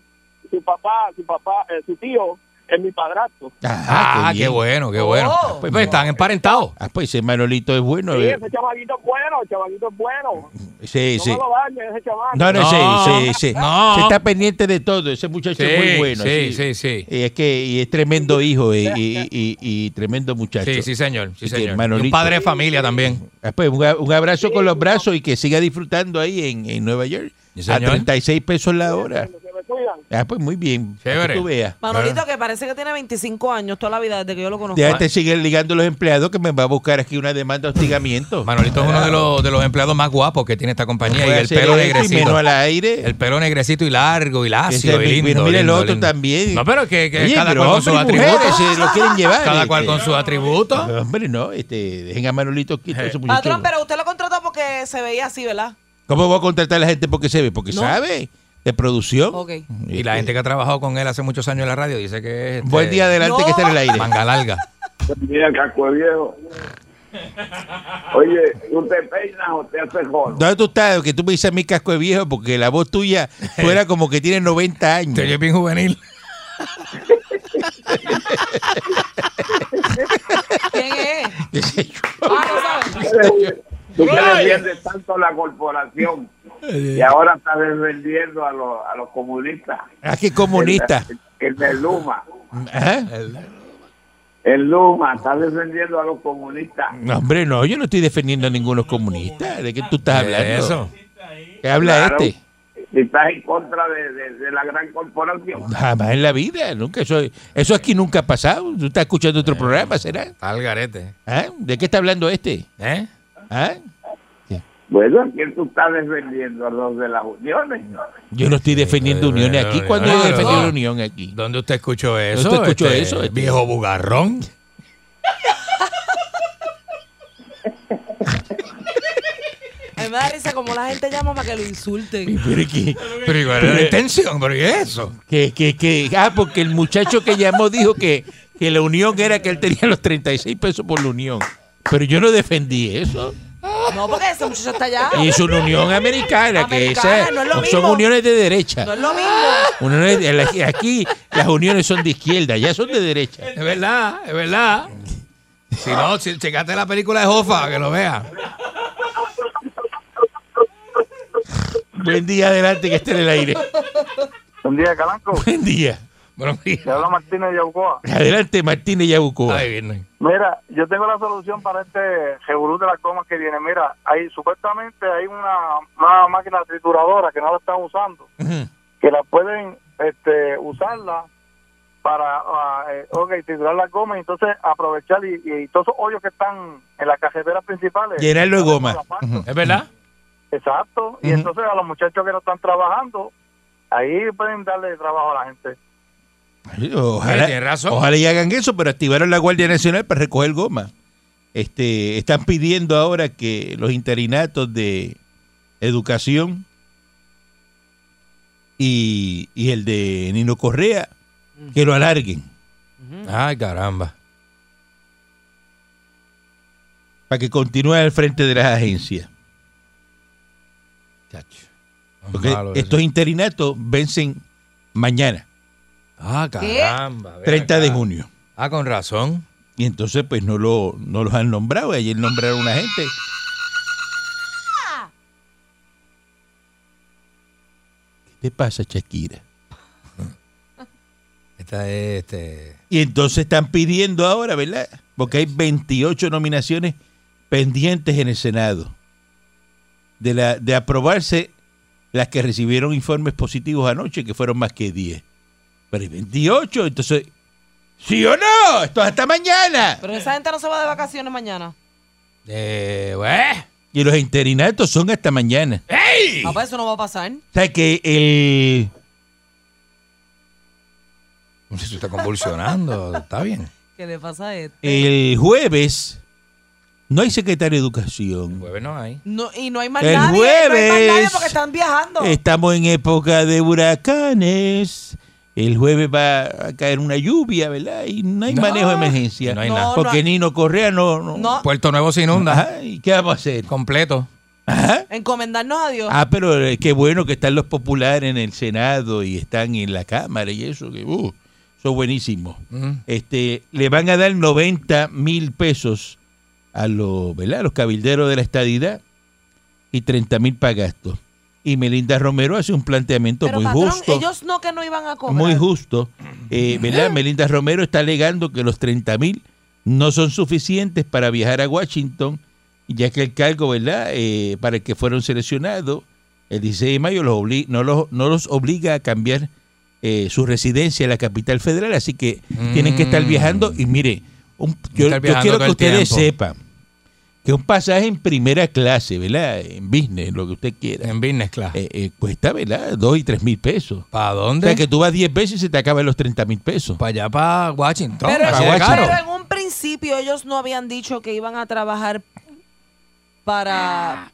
[SPEAKER 9] su papá, su papá, eh, su tío, es mi padrastro.
[SPEAKER 5] Ah, qué
[SPEAKER 3] bien.
[SPEAKER 5] bueno, qué bueno.
[SPEAKER 4] Oh.
[SPEAKER 5] Pues, pues, están emparentados.
[SPEAKER 3] Ah, pues ese Manolito es bueno.
[SPEAKER 9] Sí,
[SPEAKER 3] eh.
[SPEAKER 9] ese chavalito es bueno, el chavalito es bueno.
[SPEAKER 3] Sí,
[SPEAKER 9] No
[SPEAKER 3] sí.
[SPEAKER 9] me lo dañes, ese chamaco.
[SPEAKER 3] No, no,
[SPEAKER 5] No.
[SPEAKER 3] sí, sí, sí.
[SPEAKER 5] No.
[SPEAKER 3] Se está pendiente de todo. Ese muchacho es
[SPEAKER 5] Sí,
[SPEAKER 3] muy bueno.
[SPEAKER 5] sí, sí, sí.
[SPEAKER 3] Y es que y es tremendo hijo y, y- y- y tremendo muchacho.
[SPEAKER 5] Sí, sí, señor. Sí,
[SPEAKER 3] Sí,
[SPEAKER 5] señor. Y
[SPEAKER 3] Manolito.
[SPEAKER 5] un padre de familia también.
[SPEAKER 3] Ah, pues, un, a- un abrazo con los brazos y que siga disfrutando ahí en, en Nueva York.
[SPEAKER 5] Sí,
[SPEAKER 3] A
[SPEAKER 5] señor.
[SPEAKER 3] 36 pesos la hora.
[SPEAKER 9] Se me cuidan.
[SPEAKER 3] Ah, pues muy bien. para que
[SPEAKER 5] Chévere.
[SPEAKER 3] tú veas.
[SPEAKER 4] Manolito, que parece que tiene 25 años toda la vida desde que yo lo conozco.
[SPEAKER 3] Ya este te siguen ligando los empleados que me va a buscar aquí una demanda de hostigamiento.
[SPEAKER 5] Manolito es uno de los, de los empleados más guapos que tiene esta compañía.
[SPEAKER 3] Voy
[SPEAKER 5] y
[SPEAKER 3] a
[SPEAKER 5] el
[SPEAKER 3] hacer
[SPEAKER 5] pelo
[SPEAKER 3] esto y menos
[SPEAKER 5] negrecito.
[SPEAKER 3] al aire.
[SPEAKER 5] El pelo negrecito y largo y
[SPEAKER 3] Ese
[SPEAKER 5] lacio
[SPEAKER 3] es
[SPEAKER 5] y
[SPEAKER 3] mi-
[SPEAKER 5] lindo.
[SPEAKER 3] mira, mira el
[SPEAKER 5] lindo,
[SPEAKER 3] otro
[SPEAKER 5] lindo.
[SPEAKER 3] también.
[SPEAKER 5] No, pero que, que
[SPEAKER 3] Oye,
[SPEAKER 5] cada
[SPEAKER 3] pero
[SPEAKER 5] cual con sus
[SPEAKER 3] hombres y mujeres
[SPEAKER 5] atributos.
[SPEAKER 3] se lo quieren llevar.
[SPEAKER 5] Cada cual
[SPEAKER 3] este.
[SPEAKER 5] con sus atributos.
[SPEAKER 3] Hombre, no, este, dejen a Manolito quieto.
[SPEAKER 5] Eh.
[SPEAKER 3] ese muchacho.
[SPEAKER 4] Patrón, pero usted lo contrató porque se veía así, ¿verdad?
[SPEAKER 3] ¿Cómo voy a contratar a la gente porque se ve? Porque
[SPEAKER 4] No.
[SPEAKER 3] sabe de producción. Este,
[SPEAKER 4] Ok.
[SPEAKER 5] Y la gente que ha trabajado con él hace muchos años en la radio dice que es. este,
[SPEAKER 3] Buen día adelante
[SPEAKER 4] No.
[SPEAKER 3] que está en el aire.
[SPEAKER 5] Manga larga.
[SPEAKER 10] Mira, casco de viejo. Oye, tú te peinas o te haces jono.
[SPEAKER 3] ¿Dónde tú estás? Que tú me dices a mi casco de viejo porque la voz tuya fuera como que tiene 90 años.
[SPEAKER 5] Te oye bien juvenil.
[SPEAKER 4] ¿Quién es? Ah, no sabes.
[SPEAKER 10] Tú que defiendes tanto la corporación y ahora estás defendiendo a los, a los comunistas.
[SPEAKER 3] Ah, qué comunista. ¿Ah?
[SPEAKER 10] El de Luma.
[SPEAKER 3] Ajá.
[SPEAKER 10] El Luma está defendiendo a los comunistas.
[SPEAKER 3] No, hombre, no, yo no estoy defendiendo a ninguno comunista. ¿De qué tú estás hablando?
[SPEAKER 5] ¿Qué es eso?
[SPEAKER 3] ¿Qué habla
[SPEAKER 10] Claro.
[SPEAKER 3] este?
[SPEAKER 10] Y estás en contra de, de- de la gran corporación.
[SPEAKER 3] Jamás en la vida, nunca. Eso, eso aquí nunca ha pasado. Tú estás escuchando otro programa, ¿será?
[SPEAKER 5] Está al garete.
[SPEAKER 3] ¿Ah? ¿De qué está hablando este?
[SPEAKER 5] ¿Eh?
[SPEAKER 3] ¿Ah?
[SPEAKER 10] Bueno, ¿a quién tú estás defendiendo? A los de las uniones.
[SPEAKER 3] Yo no estoy defendiendo
[SPEAKER 5] Ay,
[SPEAKER 3] uniones
[SPEAKER 5] ay,
[SPEAKER 3] aquí.
[SPEAKER 5] ay,
[SPEAKER 3] ¿Cuándo
[SPEAKER 5] ay,
[SPEAKER 3] yo
[SPEAKER 5] ay,
[SPEAKER 3] defendí
[SPEAKER 5] ay.
[SPEAKER 3] la unión aquí?
[SPEAKER 5] ¿Dónde usted escuchó eso?
[SPEAKER 3] ¿Dónde usted escuchó eso? Este-
[SPEAKER 5] Viejo bugarrón.
[SPEAKER 4] A mí me da risa como la gente llama para que lo insulten.
[SPEAKER 3] Pero es que-
[SPEAKER 5] Pero igual era la intención, pero ¿y eso?
[SPEAKER 3] Que, que, que, ah, porque el muchacho que llamó dijo que, que la unión era que él tenía los 36 pesos por la unión. Pero yo no defendí eso.
[SPEAKER 4] No, porque ese muchacho está allá.
[SPEAKER 3] Y es una unión americana, que
[SPEAKER 4] Americana,
[SPEAKER 3] esa-
[SPEAKER 4] no es lo
[SPEAKER 3] son
[SPEAKER 4] mismo.
[SPEAKER 3] uniones de derecha.
[SPEAKER 4] No es lo mismo.
[SPEAKER 3] Uniones de- la- aquí las uniones son de izquierda, ya son de derecha.
[SPEAKER 5] Es verdad, es verdad. Si no, si checaste la película de Jofa, que lo vea.
[SPEAKER 3] Buen día, adelante, que esté en el aire.
[SPEAKER 9] Un día, Calanco.
[SPEAKER 3] Buen día.
[SPEAKER 5] Bueno,
[SPEAKER 9] Te habla Martínez Yaucoa.
[SPEAKER 3] Adelante, Martínez Yabucoa.
[SPEAKER 5] Ay, viernes.
[SPEAKER 9] Mira, yo tengo la solución para este revolú de las comas que viene. Mira, ahí supuestamente hay una, una máquina trituradora que no la están usando,
[SPEAKER 3] Ujú.
[SPEAKER 9] que la pueden este, usarla para ah, eh, ok, triturar las gomas y entonces aprovechar y, y todos esos hoyos que están en las carreteras principales.
[SPEAKER 3] Llenarlo de goma.
[SPEAKER 9] Los apartos.
[SPEAKER 3] Ujú.
[SPEAKER 5] ¿Es verdad?
[SPEAKER 9] Exacto. Y
[SPEAKER 3] Ujú.
[SPEAKER 9] entonces a los muchachos que no están trabajando, ahí pueden darle trabajo a la gente.
[SPEAKER 3] Ojalá,
[SPEAKER 5] Sí, tiene razón.
[SPEAKER 3] ojalá y hagan eso, pero activaron la Guardia Nacional para recoger goma. Este, están pidiendo ahora que los interinatos de educación y, y el de Nino Correa que lo alarguen
[SPEAKER 5] Ay, caramba.
[SPEAKER 3] para que continúe al frente de las agencias. Porque
[SPEAKER 5] malo eso.
[SPEAKER 3] estos interinatos vencen mañana,
[SPEAKER 5] Ah,
[SPEAKER 11] ¿Qué?
[SPEAKER 5] caramba. ven
[SPEAKER 3] 30 de
[SPEAKER 5] acá.
[SPEAKER 3] junio.
[SPEAKER 5] Ah, con razón.
[SPEAKER 3] Y entonces, pues no, lo, no los han nombrado. Ayer nombraron una gente. ¿Qué te pasa, Shakira?
[SPEAKER 5] Esta es este.
[SPEAKER 3] Y entonces están pidiendo ahora, ¿verdad? Porque hay 28 nominaciones pendientes en el Senado. De, la, de aprobarse las que recibieron informes positivos anoche, que fueron más que 10. Pero hay 28, entonces... ¿Sí o no? Esto es hasta mañana.
[SPEAKER 11] Pero esa gente no se va de vacaciones mañana.
[SPEAKER 5] Eh, güey.
[SPEAKER 3] Y los interinatos son hasta mañana.
[SPEAKER 11] Papá, eso no va a pasar.
[SPEAKER 3] O sea que el...
[SPEAKER 5] Se está convulsionando. está bien.
[SPEAKER 11] ¿Qué le pasa a este?
[SPEAKER 3] El jueves no hay secretario de educación.
[SPEAKER 5] Jueves no hay.
[SPEAKER 11] No, y no hay más
[SPEAKER 3] El
[SPEAKER 11] nadie. No hay más nadie
[SPEAKER 3] jueves.
[SPEAKER 11] porque están viajando.
[SPEAKER 3] Estamos en época de huracanes. El jueves va a caer una lluvia, ¿verdad? Y no hay
[SPEAKER 5] No,
[SPEAKER 3] manejo de emergencia.
[SPEAKER 5] no hay No, nada. no
[SPEAKER 3] Porque
[SPEAKER 5] hay-
[SPEAKER 3] Nino Correa no... no-
[SPEAKER 11] No,
[SPEAKER 5] Puerto Nuevo se inunda.
[SPEAKER 3] Ajá, ¿Y qué vamos a hacer?
[SPEAKER 5] Completo.
[SPEAKER 3] pues,
[SPEAKER 11] encomendarnos a Dios.
[SPEAKER 3] Ah, pero eh, qué bueno que están los populares en el Senado y están en la Cámara y eso, que uh, son buenísimos.
[SPEAKER 5] Mm.
[SPEAKER 3] Este, le van a dar 90 mil pesos a los, ¿verdad? A los cabilderos de la estadidad y 30 mil para gastos. Y Melinda Romero hace un planteamiento
[SPEAKER 11] Pero
[SPEAKER 3] muy
[SPEAKER 11] patrón,
[SPEAKER 3] justo.
[SPEAKER 11] ellos no que no iban a cobrar.
[SPEAKER 3] Muy justo. Eh, ¿Verdad? Melinda Romero está alegando que los 30 mil no son suficientes para viajar a Washington, ya que el cargo, ¿verdad? Eh, para el que fueron seleccionados el 16 de mayo los obli- no, los, no los obliga a cambiar eh, su residencia en la capital federal, así que tienen que estar
[SPEAKER 5] Mm.
[SPEAKER 3] viajando. Y mire, un- yo,
[SPEAKER 5] Estar
[SPEAKER 3] yo
[SPEAKER 5] viajando
[SPEAKER 3] quiero
[SPEAKER 5] todo
[SPEAKER 3] que
[SPEAKER 5] el
[SPEAKER 3] ustedes
[SPEAKER 5] tiempo.
[SPEAKER 3] sepan que un pasaje en primera clase, ¿verdad? En business, lo que usted quiera,
[SPEAKER 5] En business class.
[SPEAKER 3] eh, eh, cuesta, ¿verdad? 2 y 3 mil pesos.
[SPEAKER 5] ¿Para
[SPEAKER 3] O
[SPEAKER 5] dónde?
[SPEAKER 3] sea, que tú vas 10 veces y se te acaban los 30 mil pesos.
[SPEAKER 5] Para allá, para Washington.
[SPEAKER 11] Pero,
[SPEAKER 5] así de
[SPEAKER 11] pero
[SPEAKER 5] caro.
[SPEAKER 11] en un principio ellos no habían dicho que iban a trabajar
[SPEAKER 5] Ah,
[SPEAKER 11] para...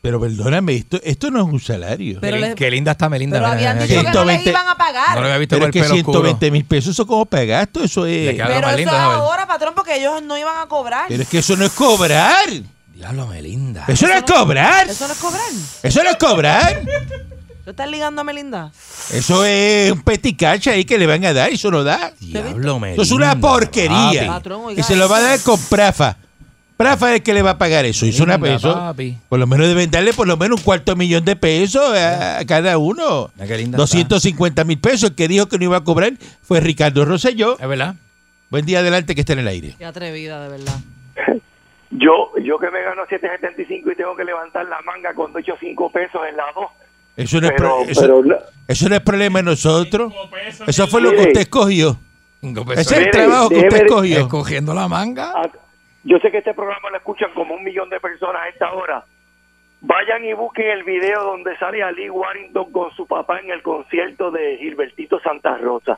[SPEAKER 3] Pero perdóname, esto, esto no es un salario.
[SPEAKER 11] Pero, les-
[SPEAKER 5] Qué linda está Melinda.
[SPEAKER 11] pero
[SPEAKER 5] mira,
[SPEAKER 11] habían
[SPEAKER 5] mira,
[SPEAKER 11] dicho que no les
[SPEAKER 3] 120
[SPEAKER 11] iban a
[SPEAKER 5] No lo
[SPEAKER 11] pagar.
[SPEAKER 5] había visto
[SPEAKER 3] Pero
[SPEAKER 5] con
[SPEAKER 3] es
[SPEAKER 5] el
[SPEAKER 3] que
[SPEAKER 5] pelo oscuro.
[SPEAKER 3] 120 mil pesos, ¿eso cómo para gasto? Eso es...
[SPEAKER 5] Le queda-
[SPEAKER 11] Pero
[SPEAKER 5] Más
[SPEAKER 11] eso
[SPEAKER 5] lindo,
[SPEAKER 11] es
[SPEAKER 5] Isabel.
[SPEAKER 11] ahora, patrón, porque ellos no iban a cobrar.
[SPEAKER 3] Pero es que eso no es cobrar.
[SPEAKER 5] Diablo, Melinda.
[SPEAKER 3] Eso no es cobrar.
[SPEAKER 11] Eso no es cobrar.
[SPEAKER 3] Eso no es cobrar.
[SPEAKER 11] ¿Tú estás ligando a Melinda?
[SPEAKER 3] Eso es un peticacha ahí que le van a dar. Eso no da.
[SPEAKER 5] Diablo, Melinda.
[SPEAKER 3] Eso es una
[SPEAKER 5] papi.
[SPEAKER 3] porquería.
[SPEAKER 11] Patrón, oiga
[SPEAKER 3] Y se lo va a dar
[SPEAKER 11] eso.
[SPEAKER 3] con Prafa. Prafa es el que le va a pagar eso. Hizo una
[SPEAKER 5] Linda,
[SPEAKER 3] peso.
[SPEAKER 5] papi.
[SPEAKER 3] Por lo menos deben darle por lo menos un cuarto millón de pesos a, a cada uno.
[SPEAKER 5] Mira qué linda
[SPEAKER 3] 250 mil pesos. El que dijo que no iba a cobrar fue Ricardo Rosselló.
[SPEAKER 5] Es verdad.
[SPEAKER 3] Buen día adelante que está en el aire.
[SPEAKER 11] Qué atrevida, de verdad.
[SPEAKER 9] Yo, yo que me gano 7.75 y tengo que levantar la manga con 8 5 pesos en la 2.
[SPEAKER 3] Eso no, es,
[SPEAKER 9] Pero-
[SPEAKER 3] pro- eso-
[SPEAKER 9] pero no-
[SPEAKER 3] eso no es problema de nosotros. Eso fue lo que
[SPEAKER 9] Mire.
[SPEAKER 3] usted escogió.
[SPEAKER 5] Cinco
[SPEAKER 3] Ese es
[SPEAKER 5] pesos.
[SPEAKER 3] el trabajo que usted
[SPEAKER 9] déjeme-
[SPEAKER 3] escogió.
[SPEAKER 5] Escogiendo la manga.
[SPEAKER 9] Ah, Yo sé que este programa lo escuchan como un millón de personas a esta hora. Vayan y busquen el video donde sale Ali Warrington con su papá en el concierto de Gilbertito Santa Rosa.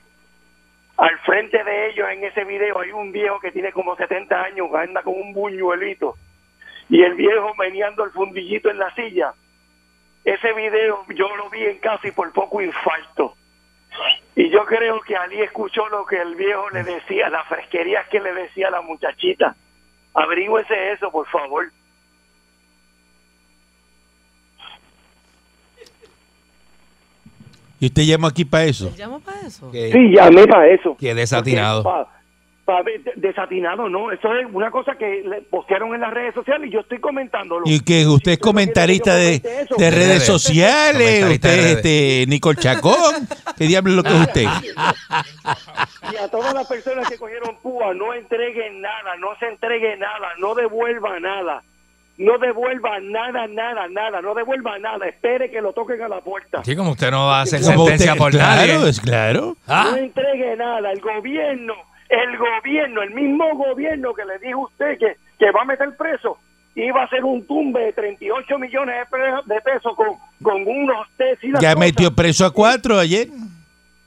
[SPEAKER 9] Al frente de ellos en ese video hay un viejo que tiene como 70 años, anda con un buñuelito. Y el viejo meneando el fundillito en la silla. Ese video yo lo vi en casa y por poco infarto. Y yo creo que Ali escuchó lo que el viejo le decía, las fresquerías que le decía a la muchachita. Averígüese eso, por favor.
[SPEAKER 3] Y usted llamó aquí para eso.
[SPEAKER 11] ¿Llamo para eso?
[SPEAKER 5] Que,
[SPEAKER 9] Sí, llamé para eso.
[SPEAKER 5] que desatinado.
[SPEAKER 9] Porque pa- pa- de- desatinado, no. Eso es una cosa que le postearon en las redes sociales y yo estoy comentándolo.
[SPEAKER 3] Y que usted es comentarista de, de redes sociales,
[SPEAKER 5] Comentarista
[SPEAKER 3] usted
[SPEAKER 5] de Ah,
[SPEAKER 3] es este, Nicole Chacón. ¿Qué diablo es lo que es usted?
[SPEAKER 9] Y a todas las personas que cogieron Cuba, no entreguen nada, no se entregue nada, no devuelva nada. No devuelva nada, nada, nada, no devuelva nada. Espere que lo toquen a la puerta.
[SPEAKER 5] Sí, como usted no va a hacer
[SPEAKER 3] Como
[SPEAKER 5] sentencia
[SPEAKER 3] usted-
[SPEAKER 5] por
[SPEAKER 3] claro,
[SPEAKER 5] nadie.
[SPEAKER 3] es claro.
[SPEAKER 5] Ah,
[SPEAKER 9] No entregue nada. El gobierno, el gobierno, el mismo gobierno que le dijo a usted que, que va a meter preso, iba a hacer un tumbe de 38 millones de pre- de pesos con, con unos test y las
[SPEAKER 3] Ya
[SPEAKER 9] cosas.
[SPEAKER 3] metió preso a cuatro ayer.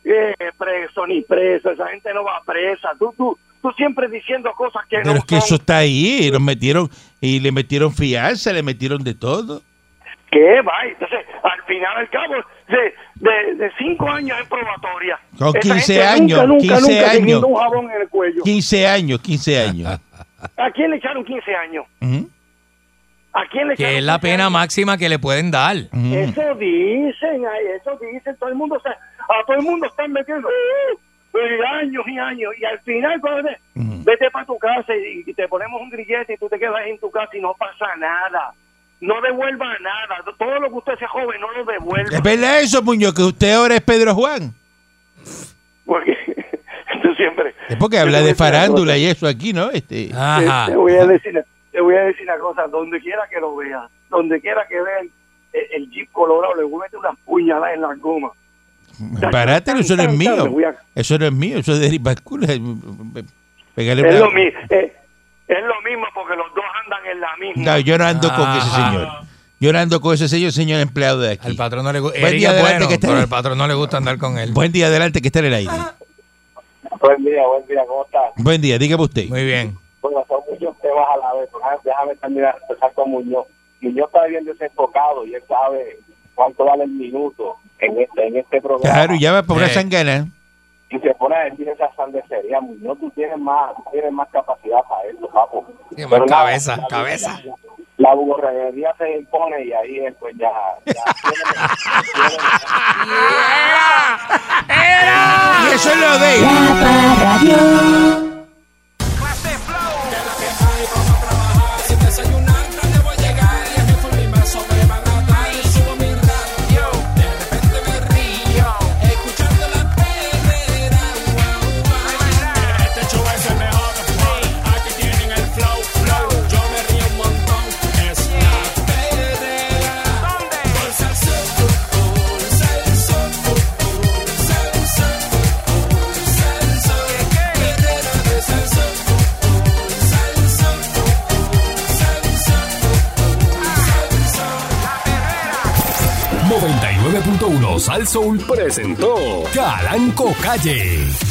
[SPEAKER 9] Eh, preso ni preso, esa gente no va presa. Tú, tú, tú siempre diciendo cosas que
[SPEAKER 3] Pero
[SPEAKER 9] no
[SPEAKER 3] es que eso
[SPEAKER 9] son.
[SPEAKER 3] está ahí. Los metieron y le metieron fianza, le metieron de todo.
[SPEAKER 9] ¿Qué va? Entonces, al final, al cabo, de, de, de cinco años en probatoria.
[SPEAKER 3] Con
[SPEAKER 9] Esa
[SPEAKER 3] 15
[SPEAKER 9] gente
[SPEAKER 3] años,
[SPEAKER 9] Nunca, nunca,
[SPEAKER 3] 15
[SPEAKER 9] nunca
[SPEAKER 3] años.
[SPEAKER 9] teniendo un jabón en el cuello.
[SPEAKER 3] 15 años, 15 años.
[SPEAKER 9] ¿A quién le echaron 15 años?
[SPEAKER 3] Ujú.
[SPEAKER 9] ¿A quién le
[SPEAKER 5] Que es
[SPEAKER 9] echaron
[SPEAKER 5] la
[SPEAKER 9] culpa?
[SPEAKER 5] pena máxima que le pueden dar.
[SPEAKER 9] Eso dicen, ay, eso dicen, todo el mundo se- a todo el mundo están metiendo ¡uh! y años y años y al final cuando te- vete para tu casa y, y te ponemos un grillete y tú te quedas en tu casa y no pasa nada, no devuelva nada, todo lo que usted sea joven no lo devuelva.
[SPEAKER 3] ¿Es verdad eso, Muñoz, que usted ahora es Pedro Juan?
[SPEAKER 9] Tú siempre.
[SPEAKER 3] Es porque habla de farándula y eso aquí, ¿no? Este...
[SPEAKER 9] Ah, Te, te voy a decir, te voy a decir una cosa, donde quiera que lo veas, donde quiera que vean el, el jeep colorado le voy a meter unas puñaladas en las gomas.
[SPEAKER 3] Parátelo, eso no es
[SPEAKER 9] Tan, tan, me
[SPEAKER 3] mío.
[SPEAKER 9] voy a-
[SPEAKER 3] Eso no es mío, eso es de Ripascula. Pégale
[SPEAKER 9] Es
[SPEAKER 3] una-
[SPEAKER 9] lo, mi- eh, es lo mismo porque los dos andan en la misma.
[SPEAKER 3] No, yo no ando con
[SPEAKER 9] Ah.
[SPEAKER 3] ese
[SPEAKER 5] Ajá.
[SPEAKER 3] señor. Yo no ando con ese señor, señor empleado de aquí.
[SPEAKER 5] Al patrón no le gusta.
[SPEAKER 3] Buen día, adelante, que esté
[SPEAKER 5] pero
[SPEAKER 3] bien.
[SPEAKER 5] al patrón no le gusta andar con él.
[SPEAKER 3] Buen día, adelante, que está en el aire.
[SPEAKER 10] Buen día, buen día, ¿cómo estás?
[SPEAKER 3] Buen día, dígame usted.
[SPEAKER 5] Muy bien.
[SPEAKER 10] Bueno, son muchos temas a la vez. pero ah, Déjame también empezar con Muñoz. Muñoz está bien desenfocado y él sabe cuánto vale el minuto en este, en este programa.
[SPEAKER 3] Claro, y llama por una
[SPEAKER 10] Eh.
[SPEAKER 3] sangana.
[SPEAKER 10] Y se pone a decir esa sandesería. Muñoz, tú tienes más, tú tienes más capacidad para eso, papo.
[SPEAKER 5] Tiene
[SPEAKER 10] Pero
[SPEAKER 5] más
[SPEAKER 10] nada,
[SPEAKER 5] cabeza,
[SPEAKER 10] la-
[SPEAKER 5] cabeza.
[SPEAKER 10] La burrería se impone y ahí él pues ya... ya
[SPEAKER 3] Y eso es lo de
[SPEAKER 1] 99.1 Sal Soul presentó Calanco Calle.